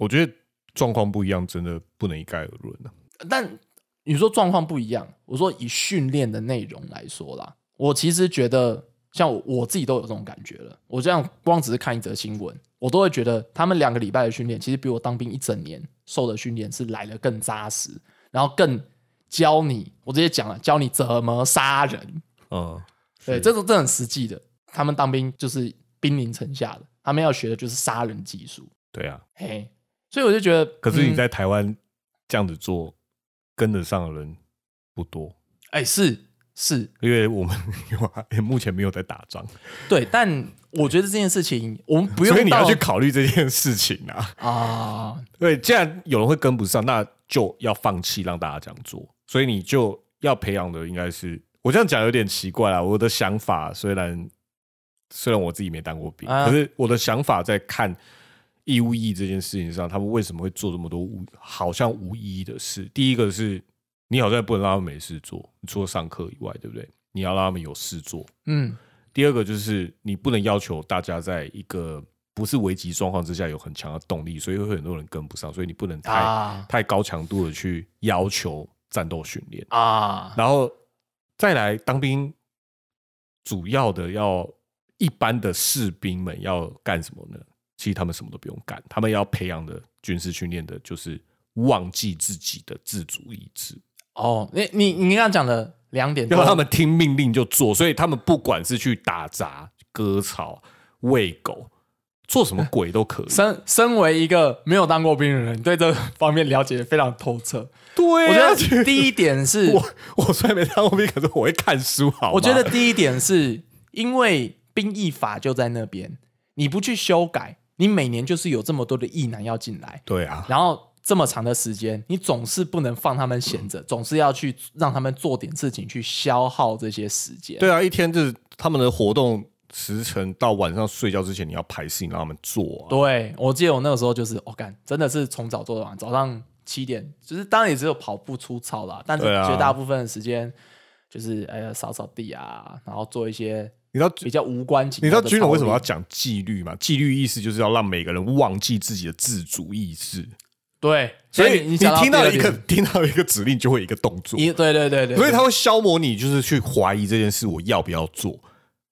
Speaker 3: 我觉得状况不一样，真的不能一概而论啊。
Speaker 2: 但你说状况不一样，我说以训练的内容来说啦，我其实觉得像我我自己都有这种感觉了。我这样光只是看一则新闻，我都会觉得他们两个礼拜的训练，其实比我当兵一整年受的训练是来的更扎实，然后更教你，我直接讲了，教你怎么杀人。
Speaker 3: 嗯，
Speaker 2: 对，这种这很实际的，他们当兵就是兵临城下的，他们要学的就是杀人技术。
Speaker 3: 对啊，
Speaker 2: 嘿，所以我就觉得，
Speaker 3: 可是你
Speaker 2: 嗯
Speaker 3: 在台湾这样子做，跟得上的人不多，
Speaker 2: 哎、是是
Speaker 3: 因为我们 有啊目前没有在打仗，
Speaker 2: 对，但我觉得这件事情我们不用
Speaker 3: 所以你要
Speaker 2: 到
Speaker 3: 去考虑这件事情啊。
Speaker 2: 啊，
Speaker 3: 对，既然有人会跟不上，那就要放弃让大家这样做，所以你就要培养的应该是我这样讲有点奇怪啦。我的想法虽然虽然我自己没当过兵，
Speaker 2: 啊
Speaker 3: 可是我的想法在看义务役这件事情上，他们为什么会做这么多无好像无意义的事？第一个是你好像不能让他们没事做，除了上课以外，对不对？你要让他们有事做。
Speaker 2: 嗯
Speaker 3: 第二个就是你不能要求大家在一个不是危急状况之下有很强的动力，所以会有很多人跟不上，所以你不能太、
Speaker 2: 啊
Speaker 3: 太高强度的去要求战斗训练。
Speaker 2: 啊，
Speaker 3: 然后再来当兵，主要的要一般的士兵们要干什么呢？其实他们什么都不用干，他们要培养的军事训练的就是忘记自己的自主意志。
Speaker 2: 哦，你你你刚刚讲的两点都，
Speaker 3: 要让他们听命令就做，所以他们不管是去打杂、割草、喂狗，做什么鬼都可以。
Speaker 2: 身身为一个没有当过兵的人，对这方面了解得非常透彻。
Speaker 3: 对
Speaker 2: 我
Speaker 3: 啊、
Speaker 2: 觉得第一点是，
Speaker 3: 我我虽然没当过兵，可是我会看书好吗。
Speaker 2: 我觉得第一点是因为兵役法就在那边，你不去修改，你每年就是有这么多的役男要进来，
Speaker 3: 对啊，
Speaker 2: 然后这么长的时间，你总是不能放他们闲
Speaker 3: 嗯
Speaker 2: 着，总是要去让他们做点事情去消耗这些时间。
Speaker 3: 对啊，一天就是他们的活动时辰到晚上睡觉之前，你要排事情让他们做啊。
Speaker 2: 对，我记得我那个时候就是，我、干，真的是从早做到晚，早上七点，就是当然也只有跑步粗糙啦，但是
Speaker 3: 对啊
Speaker 2: 绝大部分的时间就是哎呀扫扫地啊，然后做一些
Speaker 3: 你知道
Speaker 2: 比较无关紧
Speaker 3: 你知
Speaker 2: 要
Speaker 3: 道
Speaker 2: 的
Speaker 3: 军人为什么要
Speaker 2: 操
Speaker 3: 讲纪律吗？纪律意思就是要让每个人忘记自己的自主意识。
Speaker 2: 练对，
Speaker 3: 所
Speaker 2: 以
Speaker 3: 以你
Speaker 2: 讲
Speaker 3: 听
Speaker 2: 第
Speaker 3: 到
Speaker 2: 二
Speaker 3: 一个
Speaker 2: 点，
Speaker 3: 听到一个指令，就会有一个动作。
Speaker 2: 一对对对对，
Speaker 3: 所以
Speaker 2: 对
Speaker 3: 他会消磨你，就是去怀疑这件事我要不要做。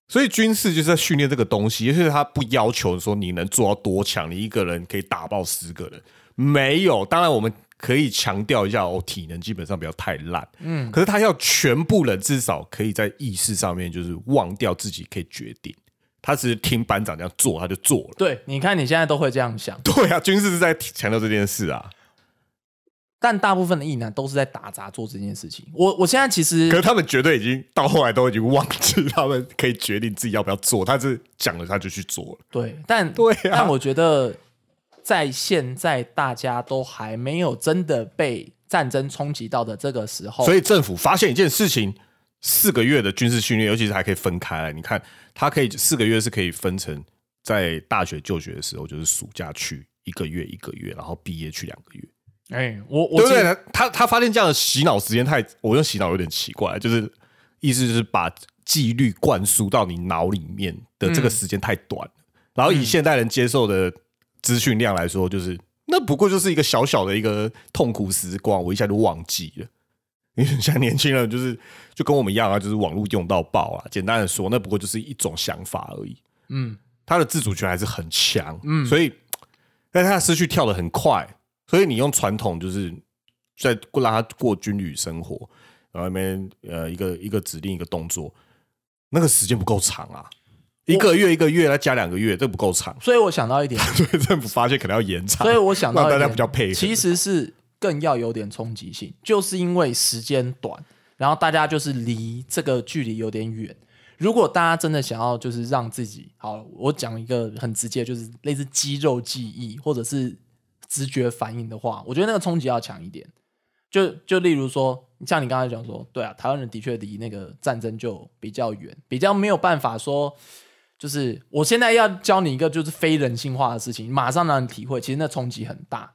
Speaker 3: 所以军事就是在训练这个东西，就是他不要求说你能做到多强，你一个人可以打爆十个人，没有。当然我们可以强调一下，哦，体能基本上不要太烂，嗯，可是他要全部人至少可以在意识上面就是忘掉自己可以决定，他只是听班长这样做，他就做了。
Speaker 2: 对，你看你现在都会这样想，
Speaker 3: 对啊，军事是在强调这件事啊，
Speaker 2: 但大部分的意男都是在打杂做这件事情。我我现在其实
Speaker 3: 可是他们绝对已经到后来都已经忘记他们可以决定自己要不要做，他是讲了他就去做了。
Speaker 2: 对，但
Speaker 3: 对啊
Speaker 2: 但我觉得在现在大家都还没有真的被战争冲击到的这个时候，
Speaker 3: 所以政府发现一件事情，四个月的军事训练，尤其是还可以分开来。你看，它可以四个月是可以分成在大学就学的时候，就是暑假去一个月一个月，然后毕业去两个月，
Speaker 2: 哎、我我
Speaker 3: 对不
Speaker 2: 记得
Speaker 3: 对？他他发现这样的洗脑时间太，我用洗脑有点奇怪，就是意思就是把纪律灌输到你脑里面的这个时间太短
Speaker 2: 嗯
Speaker 3: 了然后以现代人接受的资讯量来说，就是那不过就是一个小小的一个痛苦时光，我一下就忘记了。你像年轻人，就是就跟我们一样啊，就是网络用到爆啊。简单的说，那不过就是一种想法而已。
Speaker 2: 嗯，
Speaker 3: 他的自主权还是很强，
Speaker 2: 嗯
Speaker 3: 所以，但是他的思绪跳得很快，所以你用传统就是在过让他过军旅生活，然后那边呃一个一个指令一个动作，那个时间不够长啊，一个月一个月再加两个月，这不够长，
Speaker 2: 所以我想到一点，
Speaker 3: 所以政府发现可能要延长，
Speaker 2: 所以我想到一
Speaker 3: 让
Speaker 2: 点
Speaker 3: 大家比较配合。
Speaker 2: 其实是更要有点冲击性，就是因为时间短，然后大家就是离这个距离有点远。如果大家真的想要，就是让自己好，我讲一个很直接，就是类似肌肉记忆或者是直觉反应的话，我觉得那个冲击要强一点。就就例如说，像你刚才讲说，对啊，台湾人的确离那个战争就比较远，比较没有办法说，就是我现在要教你一个就是非人性化的事情，马上让你体会，其实那冲击很大。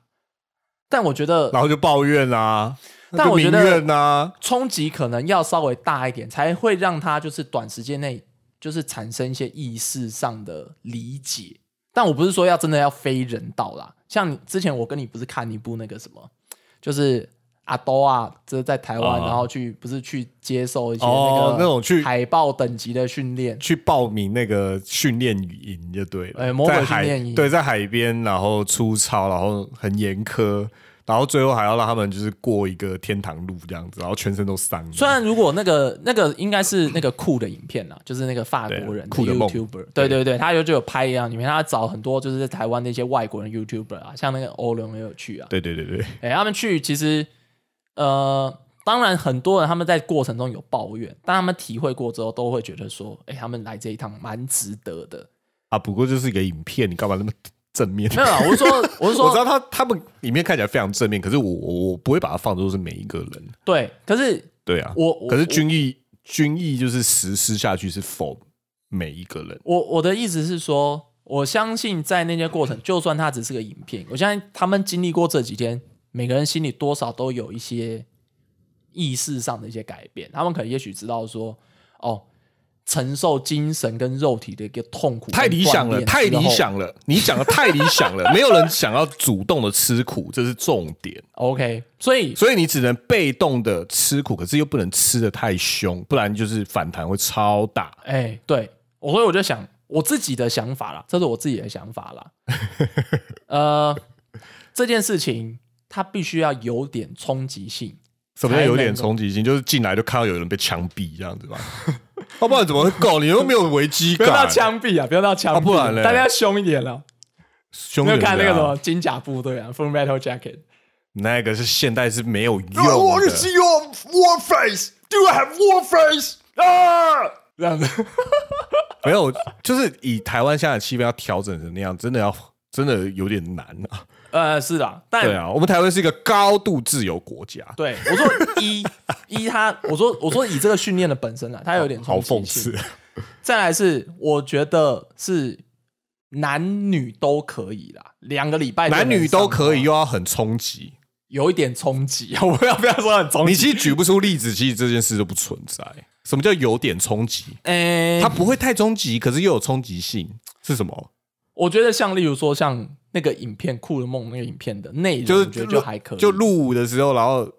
Speaker 2: 但我觉得
Speaker 3: 然后就抱怨啊，
Speaker 2: 但我觉得
Speaker 3: 那就民怨啊，
Speaker 2: 冲击可能要稍微大一点，才会让他就是短时间内就是产生一些意识上的理解。但我不是说要真的要非人道啦，像你之前我跟你不是看一部那个什么，就是阿多啊，就是在台湾，
Speaker 3: 啊
Speaker 2: 然后去不是去接受一些
Speaker 3: 哦
Speaker 2: 个
Speaker 3: 那种去
Speaker 2: 海豹等级的训练，
Speaker 3: 去报名那个训练营就对了，
Speaker 2: 哎魔鬼
Speaker 3: 在海
Speaker 2: 训练营
Speaker 3: 对，在海边，然后粗糙，然后很严苛，然然后最后还要让他们就是过一个天堂路这样子，然后全身都伤了。
Speaker 2: 虽然如果那个那个应该是那个酷的影片啊，就是那个法国人
Speaker 3: 对酷的梦
Speaker 2: YouTuber，对对对，他就就有拍一样，里面他找很多就是在台湾的一些外国人 YouTuber 啊，像那个欧伦也有去啊，
Speaker 3: 对对对对，
Speaker 2: 哎、他们去其实呃，当然很多人他们在过程中有抱怨，但他们体会过之后都会觉得说，哎、他们来这一趟蛮值得的。
Speaker 3: 啊，不过就是一个影片，你干嘛那么正面？
Speaker 2: 没有啦，我是说我 是说，
Speaker 3: 我知道他他们里面看起来非常正面，可是我我我不会把它放作是每一个人。
Speaker 2: 对，可是
Speaker 3: 对啊，
Speaker 2: 我我
Speaker 3: 可是军役军役就是实施下去是否每一个人？
Speaker 2: 我我的意思是说，我相信在那些过程，就算它只是个影片，我相信他们经历过这几天，每个人心里多少都有一些意识上的一些改变。他们可能也许知道说，哦，承受精神跟肉体的一个痛苦，
Speaker 3: 太理想了，太理。想了！你讲的太理想 了，没有人想要主动的吃苦，这是重点。
Speaker 2: OK，所以
Speaker 3: 所以你只能被动的吃苦，可是又不能吃的太凶，不然就是反弹会超大。
Speaker 2: 哎、对我，所以我就想我自己的想法啦，这是我自己的想法 啦。呃，这件事情它必须要有点冲击性。
Speaker 3: 什么叫有点
Speaker 2: 才能够
Speaker 3: 冲击性？就是进来就看到有人被枪毙这样 子吧？要、哦不然怎么会够？你又没有危机
Speaker 2: 不
Speaker 3: 感。
Speaker 2: 要到枪毙啊！不要到枪毙、
Speaker 3: 啊不然嘞
Speaker 2: 大家要凶一点了。
Speaker 3: 凶
Speaker 2: 没
Speaker 3: 人
Speaker 2: 有
Speaker 3: 的啊、
Speaker 2: 看那个什么金甲部队啊，《Full Metal Jacket》
Speaker 3: 那个是现代是没有用的。
Speaker 4: want to see your war face. Do I have war face? Ah!
Speaker 2: 这样 子。
Speaker 3: 没有，就是以台湾现在的气氛要调整成那样，真的要真的有点难啊。
Speaker 2: 呃，是的，但
Speaker 3: 对啊，我们台湾是一个高度自由国家，
Speaker 2: 对我说 一一他，我说我说以这个训练的本身啊，它有点
Speaker 3: 好
Speaker 2: 冲
Speaker 3: 讽
Speaker 2: 击性
Speaker 3: 刺。。
Speaker 2: 再来是，我觉得是男女都可以啦，两个礼拜就能
Speaker 3: 男女都可以，
Speaker 2: 上
Speaker 3: 又要很冲击。
Speaker 2: 有一点冲击。 我不要不要说很冲
Speaker 3: 你
Speaker 2: 击，
Speaker 3: 其实举不出例子，其实这件事都不存在。什么叫有点冲击？
Speaker 2: 诶、
Speaker 3: 它不会太冲击，可是又有冲击性，是什么？
Speaker 2: 我觉得像例如说像那个影片《酷的梦》那个影片的内容，
Speaker 3: 就是
Speaker 2: 我觉得就还可以，
Speaker 3: 就入伍的时候，然后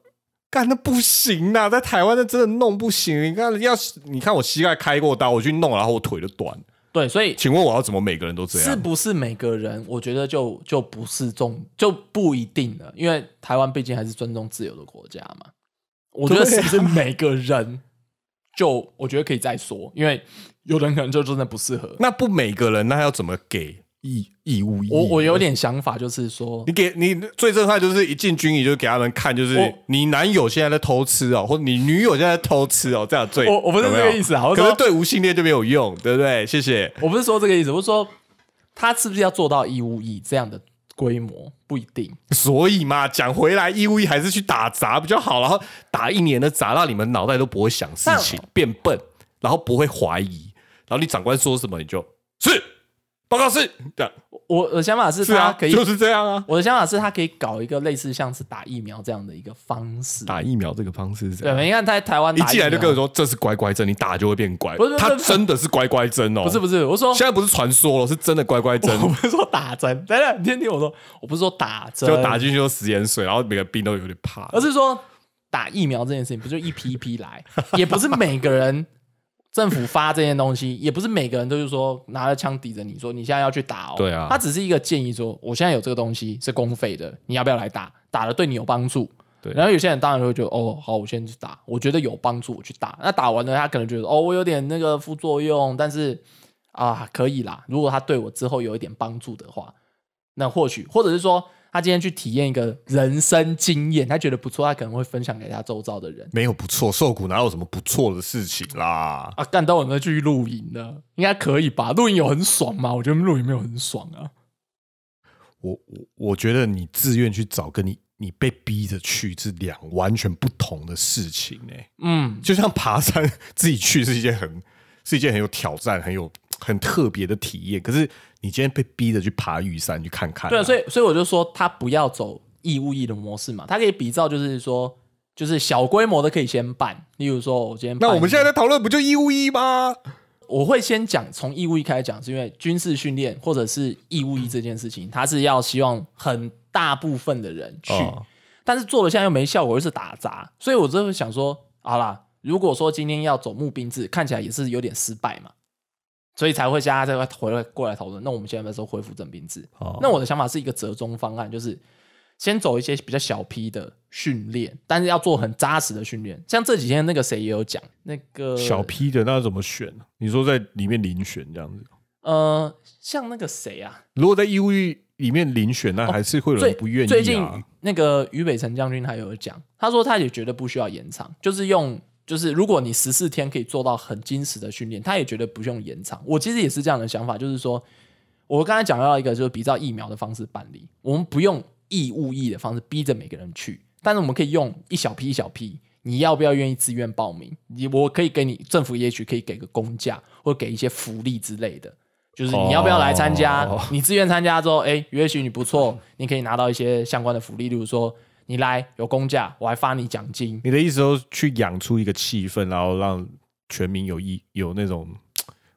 Speaker 3: 干那不行呐、在台湾那真的弄不行。你看，要你看我膝盖开过刀，我去弄，然后我腿就断。
Speaker 2: 对，所以
Speaker 3: 请问我要怎么每个人都这
Speaker 2: 是
Speaker 3: 样？
Speaker 2: 不是每个人，我觉得就就不是重就不一定了，因为台湾毕竟还是尊重自由的国家嘛。
Speaker 3: 啊
Speaker 2: 我觉得
Speaker 3: 对
Speaker 2: 是
Speaker 3: 啊
Speaker 2: 不是每个人就我觉得可以再说，因为有人可能就真的不适合。
Speaker 3: 那不每个人，那要怎么给义义务役？
Speaker 2: 我我有点想法，就是说
Speaker 3: 你，给你最震撼就是一进军营就给他们看，就是
Speaker 2: 我
Speaker 3: 你男友现在在偷吃哦，或者你女友现在在偷吃哦，这样最
Speaker 2: 我我不是这个
Speaker 3: 有没有
Speaker 2: 意思啊我是
Speaker 3: 可
Speaker 2: 说
Speaker 3: 是对无性恋就没有用，对不对？谢谢。
Speaker 2: 我不是说这个意思，我是说他是不是要做到义务役这样的规模不一定。
Speaker 3: 所以嘛，讲回来，义务役还是去打杂比较好，然后打一年的杂，让你们脑袋都不会想事情，变笨，然后不会怀疑，然后你长官说什么你就是报告是这样，
Speaker 2: 我我的想法是，
Speaker 3: 是啊
Speaker 2: 他，可以，
Speaker 3: 就是这样啊。
Speaker 2: 我的想法是他可以搞一个类似像是打疫苗这样的一个方式。
Speaker 3: 打疫苗这个方式是这样。
Speaker 2: 对，你看在台湾
Speaker 3: 啊一
Speaker 2: 打疫
Speaker 3: 进来就
Speaker 2: 苗啊
Speaker 3: 跟我说这是乖乖针，你打就会变乖。
Speaker 2: 不是不是
Speaker 3: 他
Speaker 2: 不是
Speaker 3: 真的是乖乖针哦，
Speaker 2: 不是不是，我 说
Speaker 3: 现在不是传说了，是真的乖乖针，哦
Speaker 2: 我不是说打针，等等，你先听我说，我不是说打针，
Speaker 3: 就打进去就食盐水，然后每个病都有点怕。
Speaker 2: 哦而是说打疫苗这件事情，不就一批一批来，也不是每个人政府发这件东西，也不是每个人都是说拿着枪抵着你说你现在要去打哦，
Speaker 3: 对啊
Speaker 2: 他只是一个建议说，我现在有这个东西是公费的，你要不要来打？打了对你有帮助。
Speaker 3: 对
Speaker 2: 然后有些人当然会觉得，哦，好，我先去打，我觉得有帮助，我去打。那打完了，他可能觉得，哦，我有点那个副作用，但是啊，可以啦。如果他对我之后有一点帮助的话，那或许，或者是说，他今天去体验一个人生经验，他觉得不错，他可能会分享给他周遭的人。
Speaker 3: 没有不错，受苦哪有什么不错的事情啦？
Speaker 2: 啊，干到我们去露营的，应该可以吧？露营有很爽吗？我觉得露营没有很爽啊。
Speaker 3: 我我我觉得你自愿去找，跟你你被逼着去是两完全不同的事情呢、
Speaker 2: 嗯，
Speaker 3: 就像爬山自己去是一件很是一件很有挑战、很有很特别的体验，可是你今天被逼着去爬玉山去看看、
Speaker 2: 对啊，所
Speaker 3: 以
Speaker 2: 以所以我就说他不要走义务役的模式嘛，他可以比照就是说，就是小规模的可以先办，例如说我今天办
Speaker 3: 那我们现在
Speaker 2: 一个
Speaker 3: 在讨论不就一五一吗？
Speaker 2: 我会先讲从义务役开始讲，是因为军事训练或者是义务役这件事情，他是要希望很大部分的人去，
Speaker 3: 哦
Speaker 2: 但是做了现在又没效果，又是打杂，所以我就会想说，好啦，如果说今天要走募兵制，看起来也是有点失败嘛。所以才会加再回来过来讨论。那我们现在要不要说恢复征兵制？
Speaker 3: 哦
Speaker 2: 那我的想法是一个折中方案，就是先走一些比较小批的训练，但是要做很扎实的训练。像这几天那个谁也有讲，那个
Speaker 3: 小 P 的那怎么选？你说在里面遴选这样子，
Speaker 2: 呃，像那个谁啊，
Speaker 3: 如果在义务役里面遴选，那还是会有
Speaker 2: 最
Speaker 3: 人不愿意、
Speaker 2: 哦
Speaker 3: 啊
Speaker 2: 最近那个于北辰将军还有讲，他说他也觉得不需要延长，就是用就是如果你十四天可以做到很精实的训练，他也觉得不用延长。我其实也是这样的想法，就是说我刚才讲到一个就是比照疫苗的方式办理，我们不用义务役的方式逼着每个人去，但是我们可以用一小批一小批。你要不要愿意自愿报名？你我可以给你政府也许可以给个公假，或给一些福利之类的。就是你要不要来参加？
Speaker 3: 哦
Speaker 2: 你自愿参加之后，哎、也许你不错，你可以拿到一些相关的福利，例如说你来有公假，我还发你奖金。
Speaker 3: 你的意思说去养出一个气氛，然后让全民有意有那种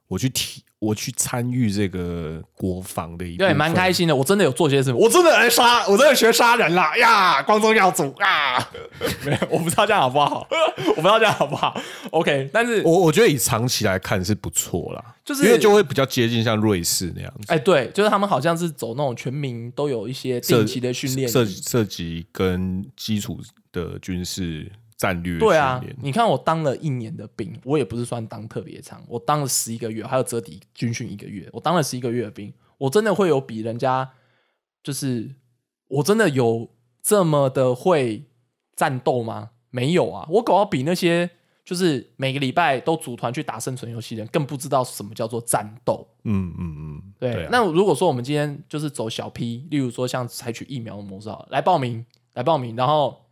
Speaker 3: 我去提我去参与这个国防的一
Speaker 2: 对，蛮开
Speaker 3: 心。
Speaker 2: 心的。我真的有做些什么，我
Speaker 4: 我真的来杀，我真的学杀人啦呀！光宗耀祖啊！
Speaker 2: 没有，我不知道这样好不好， 我不知道这样好不好。OK，但是
Speaker 3: 我我觉得以长期来看是不错啦，
Speaker 2: 就是
Speaker 3: 因为就会比较接近像瑞士那样子，
Speaker 2: 哎、对，就是他们好像是走那种全民都有一些
Speaker 3: 涉
Speaker 2: 定期的训练营，
Speaker 3: 涉涉及跟基础的军事战略
Speaker 2: 对啊
Speaker 3: 训练，
Speaker 2: 你看我当了一年的兵，我也不是算当特别长，我当了十一个月，还有折抵军训一个月，我当了十一个月的兵，我真的会有比人家，就是我真的有这么的会战斗吗？没有啊，我搞到比那些就是每个礼拜都组团去打生存游戏的人更不知道什么叫做战斗。
Speaker 3: 嗯嗯嗯，
Speaker 2: 对，
Speaker 3: 啊
Speaker 2: 那如果说我们今天就是走小批，例如说像采取疫苗的模式好了，来报名，来报名，然后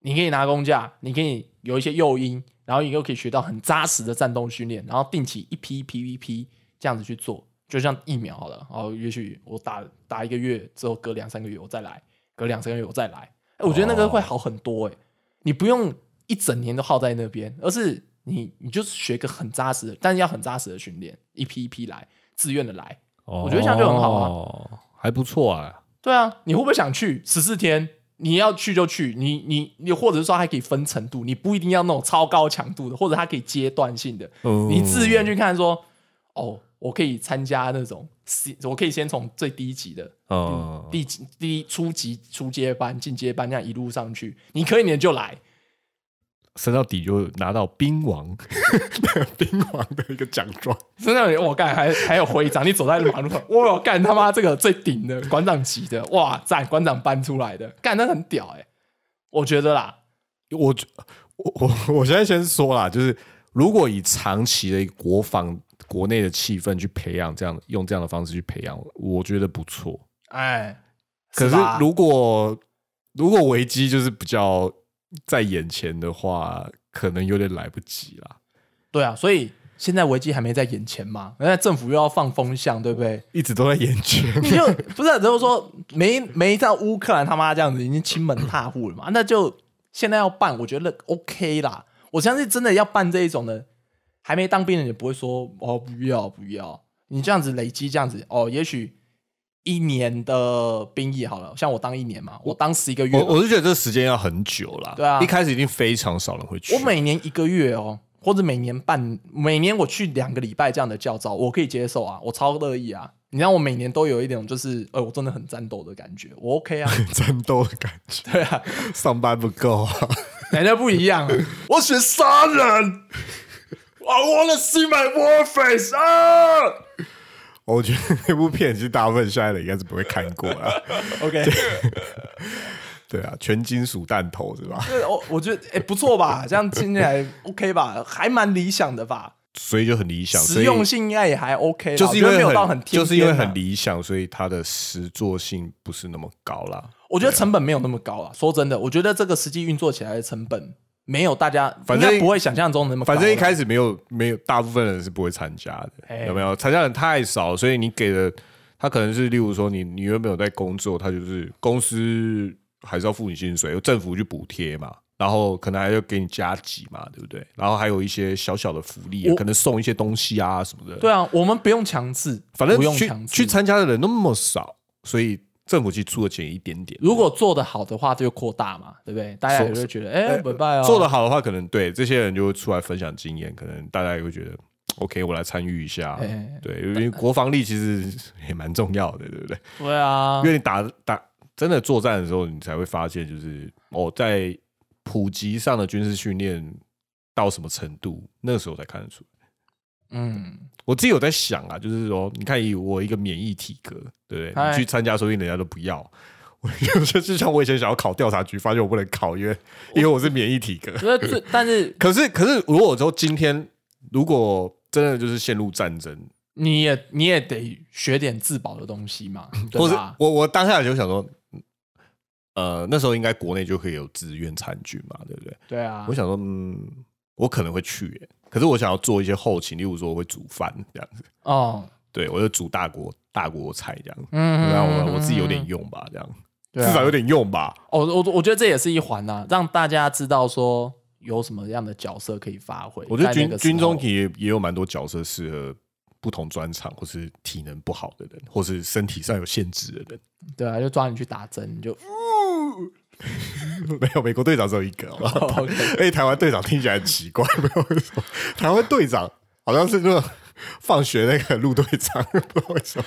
Speaker 2: 你可以拿公假，你可以有一些诱因，然后你又可以学到很扎实的战斗训练，然后定期一批一批一批这样子去做，就像疫苗好了，然后也许我打打一个月之后，隔两三个月我再来，隔两三个月我再来，哎、我觉得那个会好很多、哎、你不用一整年都耗在那边，而是你你就是学个很扎实的，但是要很扎实的训练，一批一批来，自愿的来。我觉得这样就很好啊
Speaker 3: 哦，还不错啊，
Speaker 2: 对啊，你会不会想去十四天？你要去就去，你你你，或者是说还可以分程度，你不一定要那种超高强度的，或者它可以阶段性的，
Speaker 3: 嗯
Speaker 2: 你自愿去看说，哦，我可以参加那种，我可以先从最低级的，
Speaker 3: 嗯
Speaker 2: 第几第一初级初阶班、进阶班这样一路上去，你可以你就来，
Speaker 3: 升到底就拿到 兵王，
Speaker 4: 兵王的一个奖状，
Speaker 2: 真的，我干还还有徽章，你走在马路上，我有干他妈这个最顶的馆长级的，哇赞，馆长搬出来的，干那很屌哎、我觉得啦，
Speaker 3: 我觉我我我现在先说啦，就是如果以长期的一个国防国内的气氛去培养这样的，用这样的方式去培养，我觉得不错。
Speaker 2: 哎，
Speaker 3: 可是
Speaker 2: 吧
Speaker 3: 如果如果危机就是比较在眼前的话，可能有点来不及啦。
Speaker 2: 对啊，所以现在危机还没在眼前嘛，那政府又要放风向，对不对？
Speaker 3: 一直都在眼 前，
Speaker 2: 你就不是如果说没没到乌克兰他妈这样子已经亲门踏户了嘛，那就现在要办，我觉得 OK 啦。我相信真的要办这一种的，还没当兵的人也不会说哦不要不要，你这样子累积这样子哦，也许一年的兵役好了，像我当一年嘛，我当十一个月
Speaker 3: 我
Speaker 2: 嘛，
Speaker 3: 我是觉得这时间要很久啦。
Speaker 2: 对啊
Speaker 3: 一开始一定非常少人会去。
Speaker 2: 我每年一个月哦，或者每年半，每年我去两个礼拜这样的教招，我可以接受啊，我超乐意啊。你让我每年都有一种就是，呃，我真的很战斗的感觉，我 OK 啊，
Speaker 3: 战斗的感觉，对啊，上班不够啊。
Speaker 2: 奶奶不一 样啊、
Speaker 4: 我选杀人。I wanna see my war face 啊！
Speaker 3: 我觉得那部片其实大部分现在的应该是不会看过啦。
Speaker 2: OK，
Speaker 3: 对啊，全金属弹头是吧？
Speaker 2: 对我我觉得哎、不错吧，这样听起来 OK 吧，还蛮理想的吧，
Speaker 3: 所以就很理想，所
Speaker 2: 实
Speaker 3: 以
Speaker 2: 用性应该也还 OK，啦
Speaker 3: 就是因为
Speaker 2: 我觉得没有到
Speaker 3: 很
Speaker 2: 天
Speaker 3: 就是因为
Speaker 2: 边啊
Speaker 3: 很理想，所以它的实作性不是那么高啦。
Speaker 2: 我觉得成本没有那么高啊。说真的，我觉得这个实际运作起来的成本没有大家
Speaker 3: 反正
Speaker 2: 应该不会想象中那么高
Speaker 3: 反
Speaker 2: 啦，
Speaker 3: 正一开始没有没有，大部分人是不会参加
Speaker 2: 哎
Speaker 3: 的，有没有？参加人太少，所以你给的他可能是，例如说你你原本有在工作，他就是公司还是要付你薪水，有政府去补贴嘛，然后可能还要给你加急嘛，对不对？然后还有一些小小的福利啊、
Speaker 2: 我
Speaker 3: 可能送一些东西啊什么的。
Speaker 2: 对啊，我们不用强制，
Speaker 3: 反正
Speaker 2: 不用
Speaker 3: 去
Speaker 2: 强制
Speaker 3: 去参加的人那么少，所以政府其实出的钱一点点。
Speaker 2: 如果做得好的话，就扩大嘛，对不对？大家也会觉得，哎，不拜哦，
Speaker 3: 做得好的话，可能对这些人就会出来分享经验，可能大家也会觉得 OK，我来参与一下。啊
Speaker 2: 哎哎
Speaker 3: 对，因为国防力其实也蛮重要的，对不对？
Speaker 2: 对啊
Speaker 3: 因，为你打打真的作战的时候，你才会发现，就是哦，在普及上的军事训练到什么程度，那个时候才看得出来。
Speaker 2: 嗯，
Speaker 3: 我自己有在想啊，就是说，你看以我一个免疫体格，对不对？
Speaker 2: 嗨
Speaker 3: 你去参加，说不定人家都不要。我有些就像我以前想要考调查局，发现我不能考，因为因为我是免疫体格。
Speaker 2: 所以最但是
Speaker 3: 可是，可是，如果说今天如果真的就是陷入战争，
Speaker 2: 你也你也得学点自保的东西 嘛，
Speaker 3: 或
Speaker 2: 对啊
Speaker 3: 是
Speaker 2: 吧？
Speaker 3: 我我当下就想说，呃，那时候应该国内就可以有志愿参军嘛，对不对？
Speaker 2: 对啊
Speaker 3: 我，想说，嗯，我可能会去、欸，可是我想要做一些后勤，例如说我会煮饭这样子，
Speaker 2: 哦，
Speaker 3: 对我就煮大锅大锅菜这样，
Speaker 2: 嗯，
Speaker 3: 然后我我自己有点用吧，这样、
Speaker 2: 对啊
Speaker 3: 至少有点用吧。
Speaker 2: 哦，我我觉得这也是一环呐、让大家知道说有什么样的角色可以发挥。
Speaker 3: 我觉得
Speaker 2: 在那
Speaker 3: 军
Speaker 2: 个时候
Speaker 3: 军中也也有蛮多角色适合不同专场或是体能不好的人，或是身体上有限制的人。
Speaker 2: 对啊，就抓你去打针， 你就
Speaker 3: 没有，美国队长只有一个，好不
Speaker 2: 哦
Speaker 3: 好 而且台湾队长听起来很奇怪， 不知道为什么。台湾队长好像是那种放学那个陆队长， 不知道为什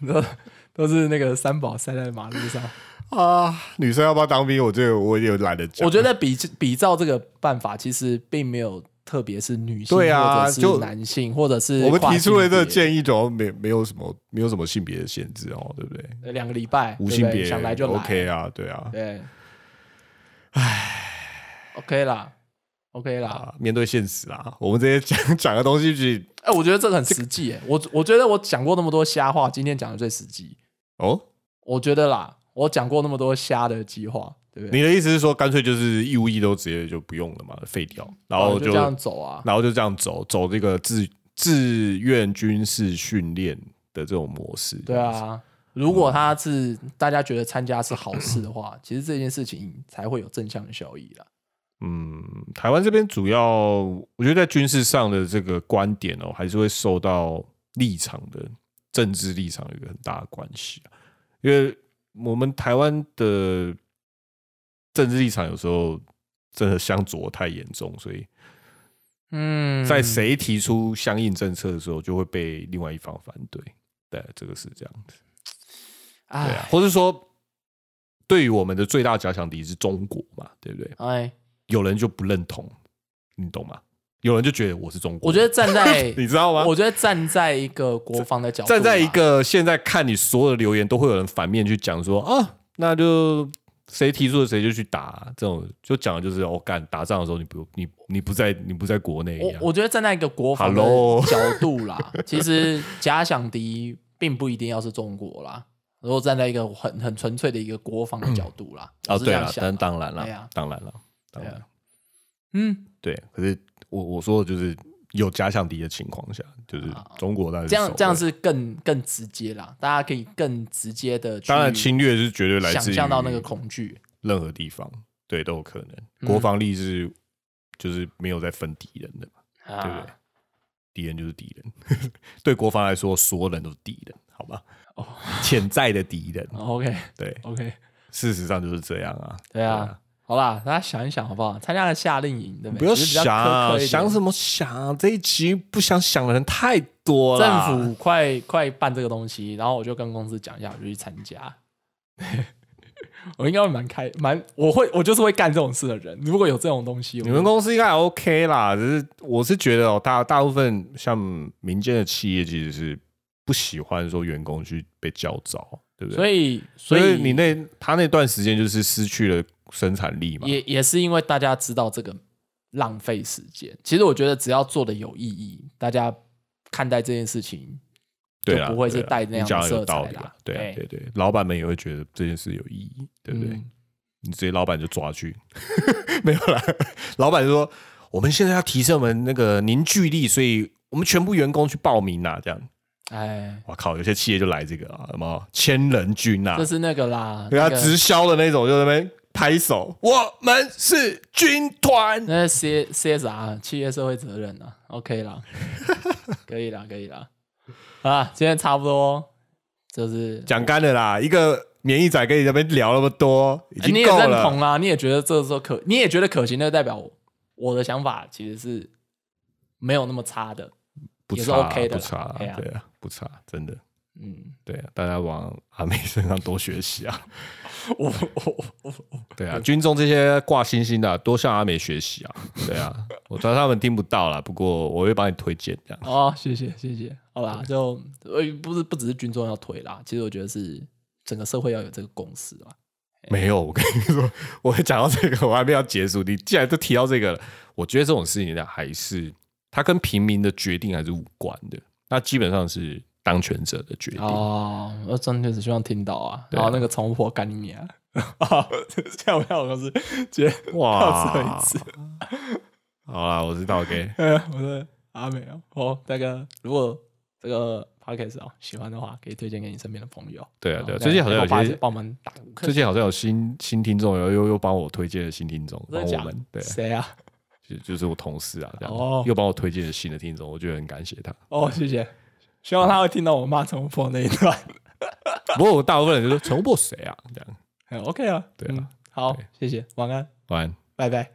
Speaker 3: 么
Speaker 2: 都都是那个三宝塞在马路上。
Speaker 3: 啊。女生要不要当兵？我这个我也懒得讲。
Speaker 2: 我觉得比比照这个办法，其实并没有特别是女性，
Speaker 3: 对啊
Speaker 2: 或者是
Speaker 3: 就
Speaker 2: 男性，或者是
Speaker 3: 我们提出了这个
Speaker 2: 议，
Speaker 3: 建议，怎么没没有什么没有什么性别的限制哦，对不对？
Speaker 2: 呃两个礼拜对
Speaker 3: 无
Speaker 2: 不
Speaker 3: 性
Speaker 2: 对
Speaker 3: 别
Speaker 2: 想来就来
Speaker 3: OK 啊，对啊。
Speaker 2: 对，唉，OK 啦，OK 啦，
Speaker 3: 啊，面对现实啊，我们这些讲讲的东西是
Speaker 2: 哎、我觉得这个很实际、哎，我我觉得我讲过那么多瞎话，今天讲的最实际。
Speaker 3: 哦，
Speaker 2: 我觉得啦，我讲过那么多瞎的计划，对不对？
Speaker 3: 你的意思是说，干脆就是义务役都直接就不用了嘛，废掉，然后
Speaker 2: 就这样走啊。
Speaker 3: 然后就这样走走这个志志愿军事训练的这种模式。
Speaker 2: 对，啊，如果他是大家觉得参加是好事的话，其实这件事情才会有正向的效益啦。
Speaker 3: 嗯，台湾这边主要我觉得在军事上的这个观点哦，还是会受到立场的政治立场有一个很大的关系啊、因为我们台湾的政治立场有时候真的相左太严重，所以
Speaker 2: 嗯，
Speaker 3: 在谁提出相应政策的时候，就会被另外一方反对。对，这个是这样子。对啊
Speaker 2: 哎，
Speaker 3: 或是说，对于我们的最大假想敌是中国嘛，对不对？
Speaker 2: 哎，
Speaker 3: 有人就不认同，你懂吗？有人就觉得我是中国，
Speaker 2: 我觉得站在
Speaker 3: 你知道吗？
Speaker 2: 我觉得站在一个国防的角度啦，
Speaker 3: 站在一个现在看你所有的留言，都会有人反面去讲说啊，那就谁提出的谁就去打、这种就讲的就是哦，干打仗的时候你不你你不在你不在国内一样
Speaker 2: 我我觉得站在一个国防的
Speaker 3: 哎 Hello
Speaker 2: 角度啦，其实假想敌并不一定要是中国啦。如果站在一个很很纯粹的一个国防的角度啦，我
Speaker 3: 啊，
Speaker 2: 是这
Speaker 3: 对
Speaker 2: 样
Speaker 3: 了，
Speaker 2: 想
Speaker 3: 当
Speaker 2: 啦
Speaker 3: 当然
Speaker 2: 对
Speaker 3: 了
Speaker 2: 啊，
Speaker 3: 当然了，当然
Speaker 2: 对
Speaker 3: 啦
Speaker 2: 啊嗯，
Speaker 3: 对。可是我我说的就是有假想敌的情况下，就是中国当然
Speaker 2: 啊这样
Speaker 3: 首
Speaker 2: 这样
Speaker 3: 位
Speaker 2: 是更更直接啦，大家可以更直接的去
Speaker 3: 当然，侵略是绝对来
Speaker 2: 想
Speaker 3: 自于
Speaker 2: 象到那个恐嗯惧。
Speaker 3: 任何地方，对，都有可能。国防力是就是没有在分敌人的嘛，对
Speaker 2: 啊
Speaker 3: 不对？敌人就是敌人， 对国防来说，所有人都是敌人，好吧？
Speaker 2: 哦
Speaker 3: 潜在的敌人，
Speaker 2: ？OK
Speaker 3: 对，
Speaker 2: OK，
Speaker 3: 事实上就是这样啊。
Speaker 2: 对啊，好啦，大家想一想好不好？参加了夏令营，对不
Speaker 3: 不
Speaker 2: 对？
Speaker 3: 要
Speaker 2: 哎只是比较
Speaker 3: 想
Speaker 2: 苛刻
Speaker 3: 啊
Speaker 2: 一点
Speaker 3: 想什么想啊，这一集不想想的人太多了。
Speaker 2: 政府快快办这个东西，然后我就跟公司讲一下，我就去参加。 我应该会蛮开蛮，我会我就是会干这种事的人。如果有这种东西，我
Speaker 3: 你们公司应该还 OK 啦，只是我是觉得哦，大大部分像民间的企业其实是不喜欢说员工去被叫招，对不对？
Speaker 2: 所
Speaker 3: 以
Speaker 2: 以
Speaker 3: 所
Speaker 2: 所以
Speaker 3: 你那他那段时间就是失去了生产力嘛，
Speaker 2: 也也是因为大家知道这个浪费时间。其实我觉得只要做的有意义，大家看待这件事情
Speaker 3: 对啦
Speaker 2: 就不会是
Speaker 3: 对啦
Speaker 2: 带那样的
Speaker 3: 你讲得有道理
Speaker 2: 色彩啦哎
Speaker 3: 对啊对
Speaker 2: 对
Speaker 3: 对，老板们也会觉得这件事有意义，对不对？
Speaker 2: 嗯
Speaker 3: 你直接老板就抓去， 没有啦， 老板就说我们现在要提升我们那个凝聚力，所以我们全部员工去报名啦、这样。
Speaker 2: 哎，
Speaker 3: 我靠，有些企业就来这个啊，什么千人军啊
Speaker 2: 这，是那个啦，
Speaker 3: 对啊，
Speaker 2: 那个
Speaker 3: 直销的那种，就在那边拍手，我们是军团。
Speaker 2: 那是 C C S R 啊企业社会责任啊，OK 啦，可以啦，可以啦，好啦，今天差不多就是
Speaker 3: 讲干了啦，一个免疫仔跟你这边聊那么多，已
Speaker 2: 哎你
Speaker 3: 经
Speaker 2: 也
Speaker 3: 够
Speaker 2: 认
Speaker 3: 了
Speaker 2: 同。啊啦，你也觉得这时候可，你也觉得可行，那代表我我的想法其实是没有那么差的。
Speaker 3: 不
Speaker 2: 也是
Speaker 3: 差
Speaker 2: OK 的
Speaker 3: 不
Speaker 2: 啦
Speaker 3: 差，啊
Speaker 2: 哎呀
Speaker 3: 对啊，不差，真的。
Speaker 2: 嗯，
Speaker 3: 对啊，大家往阿妹身上多学习啊。
Speaker 2: 我我我
Speaker 3: 对啊，军中这些挂星星的啊、多向阿美学习啊。对啊，我知道他们听不到啦，不过我会帮你推荐这样。
Speaker 2: 哦，谢谢谢谢，好啦，就呃不是不只是军中要推啦，其实我觉得是整个社会要有这个共识啊。
Speaker 3: 没有，我跟你说，我讲到这个，我还没有结束。你既然都提到这个了，我觉得这种事情呢，还是它跟平民的决定还是无关的，那基本上是当权者的决定。
Speaker 2: 哦，我真的只希望听到啊，
Speaker 3: 对
Speaker 2: 然后那个宠物婆干你 啊，啊，这样我要我是接
Speaker 3: 哇
Speaker 2: 到这一次，
Speaker 3: 好啦，我知道，OK。
Speaker 2: 呃， 我的阿美哦，哦，大哥，如果这个 podcast 哦喜欢的话，可以推荐给你身边的朋友。
Speaker 3: 对啊，对啊，
Speaker 2: 哦
Speaker 3: 最近好像有
Speaker 2: 帮
Speaker 3: 些
Speaker 2: 帮我们打五颗
Speaker 3: 最
Speaker 2: 星，
Speaker 3: 近好像有新新听众，又又又帮我推荐了新听众，帮
Speaker 2: 真的
Speaker 3: 我
Speaker 2: 假的
Speaker 3: 们对，
Speaker 2: 谁啊？
Speaker 3: 就就是我同事啊，这样、
Speaker 2: 哦
Speaker 3: 又帮我推荐了新的听众，我觉得很感谢他。
Speaker 2: 哦，谢谢，希望他会听到我骂宠物婆那一段。
Speaker 3: 不过我大部分人就说陈伯谁啊，这样
Speaker 2: 嗯 OK 了，
Speaker 3: 对啊
Speaker 2: 嗯，好，谢谢，晚安，
Speaker 3: 晚安。
Speaker 2: 拜拜。